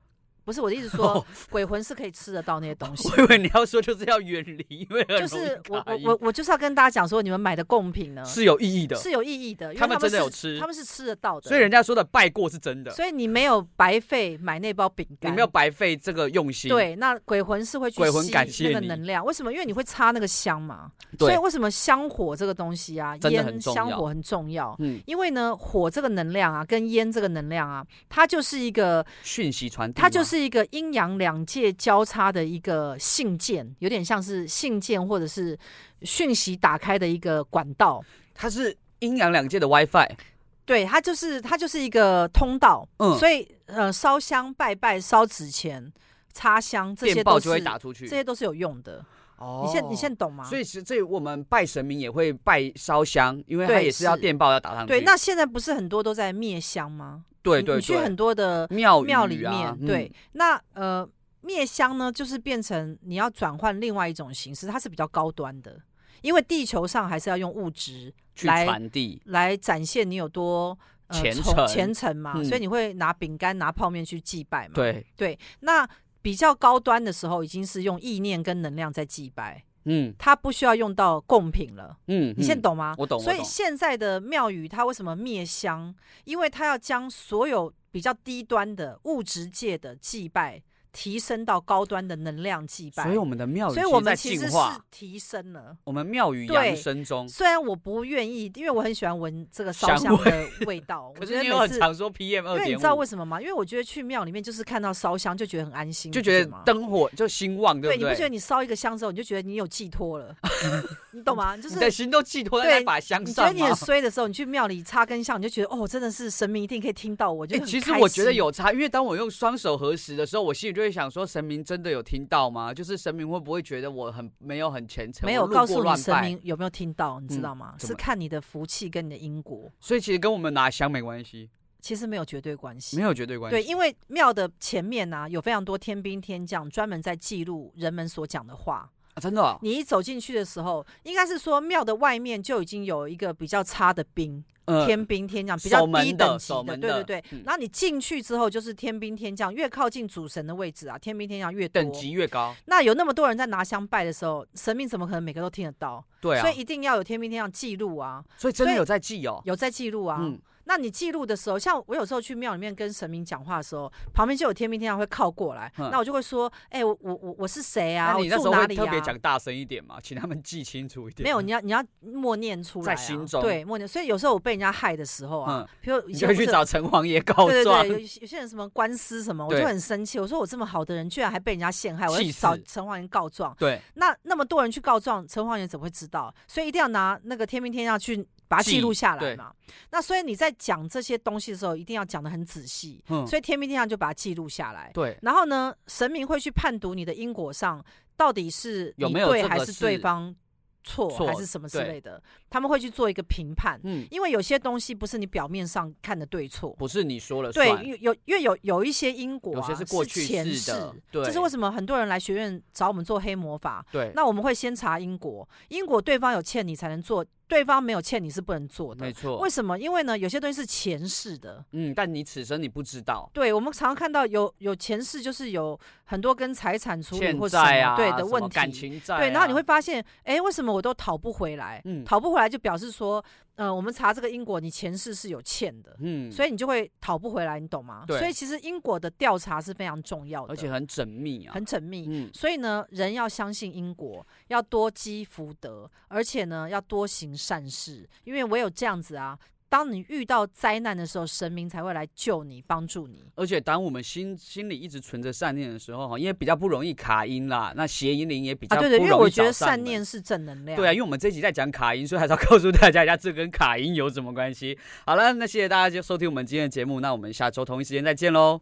Speaker 1: 不是我的
Speaker 2: [laughs]
Speaker 1: 意思说，鬼魂是可以吃得到那些东西
Speaker 2: 我。以为你要说就是要远离，因为很
Speaker 1: 就
Speaker 2: 容易
Speaker 1: 是我
Speaker 2: 卡
Speaker 1: 我
Speaker 2: 音
Speaker 1: 我我就是要跟大家讲说，你们买的贡品呢
Speaker 2: 是有意义的，
Speaker 1: 是有意义的，因为
Speaker 2: 他
Speaker 1: 他
Speaker 2: 们真的
Speaker 1: 是
Speaker 2: 有吃
Speaker 1: 他们是吃得到的，
Speaker 2: 所以人家说的拜过是真的，
Speaker 1: 所以你没有白费买那包饼
Speaker 2: 你
Speaker 1: 干，
Speaker 2: 没有白费这个用心。
Speaker 1: 对，那鬼魂是会去
Speaker 2: 鬼魂
Speaker 1: 吸
Speaker 2: 感谢
Speaker 1: 那个
Speaker 2: 你
Speaker 1: 能量，为什么？因为你会插那个香嘛，所以
Speaker 2: 对，
Speaker 1: 为什么香火这个东西啊，
Speaker 2: 真的很
Speaker 1: 烟
Speaker 2: 重
Speaker 1: 香
Speaker 2: 要
Speaker 1: 火很重要。
Speaker 2: 嗯，
Speaker 1: 因为呢，火这个能量啊，跟烟这个能量啊，它就是一个，
Speaker 2: 讯息传递嘛，
Speaker 1: 它就是一个阴阳两界交叉的一个信件，有点像是信件或者是讯息打开的一个管道。
Speaker 2: 它是阴阳两界的 WiFi，
Speaker 1: 对，它就是它就是一个通道，
Speaker 2: 嗯
Speaker 1: 所以呃，烧香、拜拜、烧纸钱、插香这些
Speaker 2: 电
Speaker 1: 都
Speaker 2: 报
Speaker 1: 是
Speaker 2: 就会打出
Speaker 1: 这
Speaker 2: 去。
Speaker 1: 些都是有用的。
Speaker 2: 哦
Speaker 1: 你现你现在懂吗？
Speaker 2: 所以其实这我们拜神明也会拜烧香，因为它
Speaker 1: 对
Speaker 2: 也是要
Speaker 1: 是
Speaker 2: 电报要打上去。
Speaker 1: 对，那现在不是很多都在灭香吗？
Speaker 2: 对
Speaker 1: 你
Speaker 2: 对
Speaker 1: 你去
Speaker 2: 对，
Speaker 1: 很多的
Speaker 2: 庙
Speaker 1: 庙
Speaker 2: 宇
Speaker 1: 里
Speaker 2: 啊
Speaker 1: 面，
Speaker 2: 嗯
Speaker 1: 对，那呃灭香呢，就是变成你要转换另外一种形式，它是比较高端的，因为地球上还是要用物质
Speaker 2: 去
Speaker 1: 来
Speaker 2: 传递，
Speaker 1: 来展现你有多。呃
Speaker 2: 虔
Speaker 1: 从
Speaker 2: 诚
Speaker 1: 虔诚嘛，
Speaker 2: 嗯
Speaker 1: 所以你会拿饼干、拿泡面去祭拜嘛？
Speaker 2: 对，
Speaker 1: 那比较高端的时候，已经是用意念跟能量在祭拜，
Speaker 2: 嗯
Speaker 1: 它不需要用到贡品了。
Speaker 2: 嗯，
Speaker 1: 你现在
Speaker 2: 嗯
Speaker 1: 懂吗？
Speaker 2: 我懂我
Speaker 1: 所以
Speaker 2: 懂
Speaker 1: 现在的庙宇它为什么灭香？因为它要将所有比较低端的物质界的祭拜提升到高端的能量祭拜。
Speaker 2: 所以我们的庙宇
Speaker 1: 所以
Speaker 2: 其
Speaker 1: 我
Speaker 2: 实在
Speaker 1: 们其实
Speaker 2: 进
Speaker 1: 是
Speaker 2: 化，
Speaker 1: 提升了。
Speaker 2: 我们庙宇
Speaker 1: 对
Speaker 2: 扬声中。
Speaker 1: 虽然我不愿意，因为我很喜欢闻这个烧
Speaker 2: 香
Speaker 1: 香
Speaker 2: 味
Speaker 1: 的味
Speaker 2: [laughs]
Speaker 1: 道。
Speaker 2: 可
Speaker 1: 我觉
Speaker 2: 是
Speaker 1: 得
Speaker 2: 你有很
Speaker 1: 每次，
Speaker 2: 常说 PM
Speaker 1: 因
Speaker 2: 二
Speaker 1: 为你
Speaker 2: 点
Speaker 1: 知道
Speaker 2: 五
Speaker 1: 为，什么吗？因为我觉得去庙里面就是看到烧香就觉得很安心，
Speaker 2: 就
Speaker 1: 你
Speaker 2: 觉
Speaker 1: 不
Speaker 2: 得
Speaker 1: 吗
Speaker 2: 灯火就兴旺，
Speaker 1: 对，
Speaker 2: 不
Speaker 1: 你不觉得
Speaker 2: 对？
Speaker 1: 你烧一个香之后，你就觉得你有寄托了， [laughs] 你懂吗？就
Speaker 2: 你
Speaker 1: 是
Speaker 2: 的心都寄托在
Speaker 1: 对
Speaker 2: 那把香
Speaker 1: 你觉得
Speaker 2: 上
Speaker 1: 你很
Speaker 2: 吗？
Speaker 1: 衰的时候，你去庙里插根香，你就觉得哦，真的是神明一定可以听到我。就
Speaker 2: 哎
Speaker 1: 很
Speaker 2: 其实
Speaker 1: 开
Speaker 2: 我觉得
Speaker 1: 心，
Speaker 2: 有差，因为当我用双手合十的时候，我心里就会想说，神明真的有听到吗？就是神明会不会觉得我很没有很虔诚，
Speaker 1: 没
Speaker 2: 我
Speaker 1: 有
Speaker 2: 路
Speaker 1: 告
Speaker 2: 过
Speaker 1: 诉你
Speaker 2: 乱
Speaker 1: 神
Speaker 2: 拜
Speaker 1: 明有没有听到，你知
Speaker 2: 嗯
Speaker 1: 道吗？
Speaker 2: 怎
Speaker 1: 是
Speaker 2: 么
Speaker 1: 看你的福气跟你的因果，
Speaker 2: 所以其实跟我们拿香没关系，
Speaker 1: 其实没有绝对关系。
Speaker 2: 没有绝对关系。
Speaker 1: 对，因为庙的前面呢、有非常多天兵天将专门在记录人们所讲的话。
Speaker 2: 啊真的哦、
Speaker 1: 你一走进去的时候，应该是说庙的外面就已经有一个比较差的兵，
Speaker 2: 嗯
Speaker 1: 天兵天将比
Speaker 2: 守
Speaker 1: 较
Speaker 2: 门
Speaker 1: 低
Speaker 2: 的
Speaker 1: 等级
Speaker 2: 守
Speaker 1: 的，
Speaker 2: 门
Speaker 1: 对
Speaker 2: 的
Speaker 1: 对对。
Speaker 2: 嗯
Speaker 1: 然后你进去之后就是天兵天将，越靠近主神的位置啊，天兵天将越多
Speaker 2: 等。级越高，
Speaker 1: 那有那么多人在拿香拜的时候，神明怎么可能每个都听得到？
Speaker 2: 对啊，
Speaker 1: 所以一定要有天兵天将记录啊，
Speaker 2: 所以真的
Speaker 1: 所以
Speaker 2: 有在记哦，
Speaker 1: 有在记录啊。
Speaker 2: 嗯，
Speaker 1: 那你记录的时候，像我有时候去庙里面跟神明讲话的时候，旁边就有天兵天将会靠过来，
Speaker 2: 嗯
Speaker 1: 那我就会说，哎、我我我我是谁啊？
Speaker 2: 那
Speaker 1: 我
Speaker 2: 你那时
Speaker 1: 住
Speaker 2: 候
Speaker 1: 哪
Speaker 2: 会
Speaker 1: 里
Speaker 2: 特
Speaker 1: 啊
Speaker 2: 别？讲大声一点嘛，请他们记清楚一点。嗯
Speaker 1: 没有，你要你要默念出来、啊，
Speaker 2: 在心中
Speaker 1: 对默念。所以有时候我被人家害的时候啊，
Speaker 2: 嗯，
Speaker 1: 比如以
Speaker 2: 你
Speaker 1: 前
Speaker 2: 就
Speaker 1: 不
Speaker 2: 去
Speaker 1: 是
Speaker 2: 找城隍爷告
Speaker 1: 对对
Speaker 2: 状
Speaker 1: 对，有，有些人什么官司什么，我
Speaker 2: 对
Speaker 1: 就很生气。我说我这么好的人，居然还被人家陷害，我
Speaker 2: 气
Speaker 1: 要
Speaker 2: 死
Speaker 1: 找城隍爷告状。
Speaker 2: 对，
Speaker 1: 那那么多人去告状，城隍爷怎么会知道？所以一定要拿那个天兵天将去把它记录下
Speaker 2: 记对
Speaker 1: 来嘛。那所以你在讲这些东西的时候，一定要讲的很仔细。
Speaker 2: 嗯，
Speaker 1: 所以天兵天将就把它记录下来。
Speaker 2: 对，
Speaker 1: 然后呢，神明会去判读你的因果上到底是
Speaker 2: 有
Speaker 1: 你
Speaker 2: 没有
Speaker 1: 对
Speaker 2: 这个
Speaker 1: 还是对
Speaker 2: 是
Speaker 1: 方错
Speaker 2: 错
Speaker 1: 还是什么之
Speaker 2: 对
Speaker 1: 类的，他们会去做一个评判。
Speaker 2: 嗯，
Speaker 1: 因为有些东西不是你表面上看的对错，
Speaker 2: 不是你说了
Speaker 1: 对，
Speaker 2: 算，
Speaker 1: 因为有因为有有一些因果、啊，
Speaker 2: 有些是过去
Speaker 1: 前
Speaker 2: 世的对
Speaker 1: 这是为什么很多人来学院找我们做黑魔法。
Speaker 2: 对，
Speaker 1: 那我们会先查因果，因果对方有欠你才能做，对方没有欠你是不能做的。
Speaker 2: 没错
Speaker 1: 为，什么？因为呢，有些东西是前世的。
Speaker 2: 嗯，但你此生你不知道，
Speaker 1: 对，我们常常看到有有前世，就是有很多跟财产处理
Speaker 2: 欠
Speaker 1: 或什
Speaker 2: 债
Speaker 1: 么、
Speaker 2: 啊，
Speaker 1: 对的
Speaker 2: 什么
Speaker 1: 问题，
Speaker 2: 感情债啊，
Speaker 1: 对，然后你会发现，哎，为什么我都讨不回来？
Speaker 2: 嗯
Speaker 1: 讨不回来就表示说，呃，我们查这个因果，你前世是有欠的。
Speaker 2: 嗯，
Speaker 1: 所以你就会讨不回来，你懂吗？
Speaker 2: 对
Speaker 1: 所以其实因果的调查是非常重要的，
Speaker 2: 而且很缜密啊，
Speaker 1: 很缜密。
Speaker 2: 嗯，
Speaker 1: 所以呢，人要相信因果，要多积福德，而且呢，要多行善事，因为唯有这样子啊，当你遇到灾难的时候，神明才会来救你、帮助你。
Speaker 2: 而且当我们心心里一直存着善念的时候，哈，因为比较不容易卡音啦，那谐音灵也比较
Speaker 1: 啊，
Speaker 2: 不
Speaker 1: 对
Speaker 2: 容易
Speaker 1: 对，因为我觉
Speaker 2: 找
Speaker 1: 得
Speaker 2: 上
Speaker 1: 善
Speaker 2: 门
Speaker 1: 念是正能量。
Speaker 2: 对啊，因为我们这集在讲卡音，所以还是要告诉大家一下这跟卡音有什么关系。好了，那谢谢大家就收听我们今天的节目，那我们下周同一时间再见喽。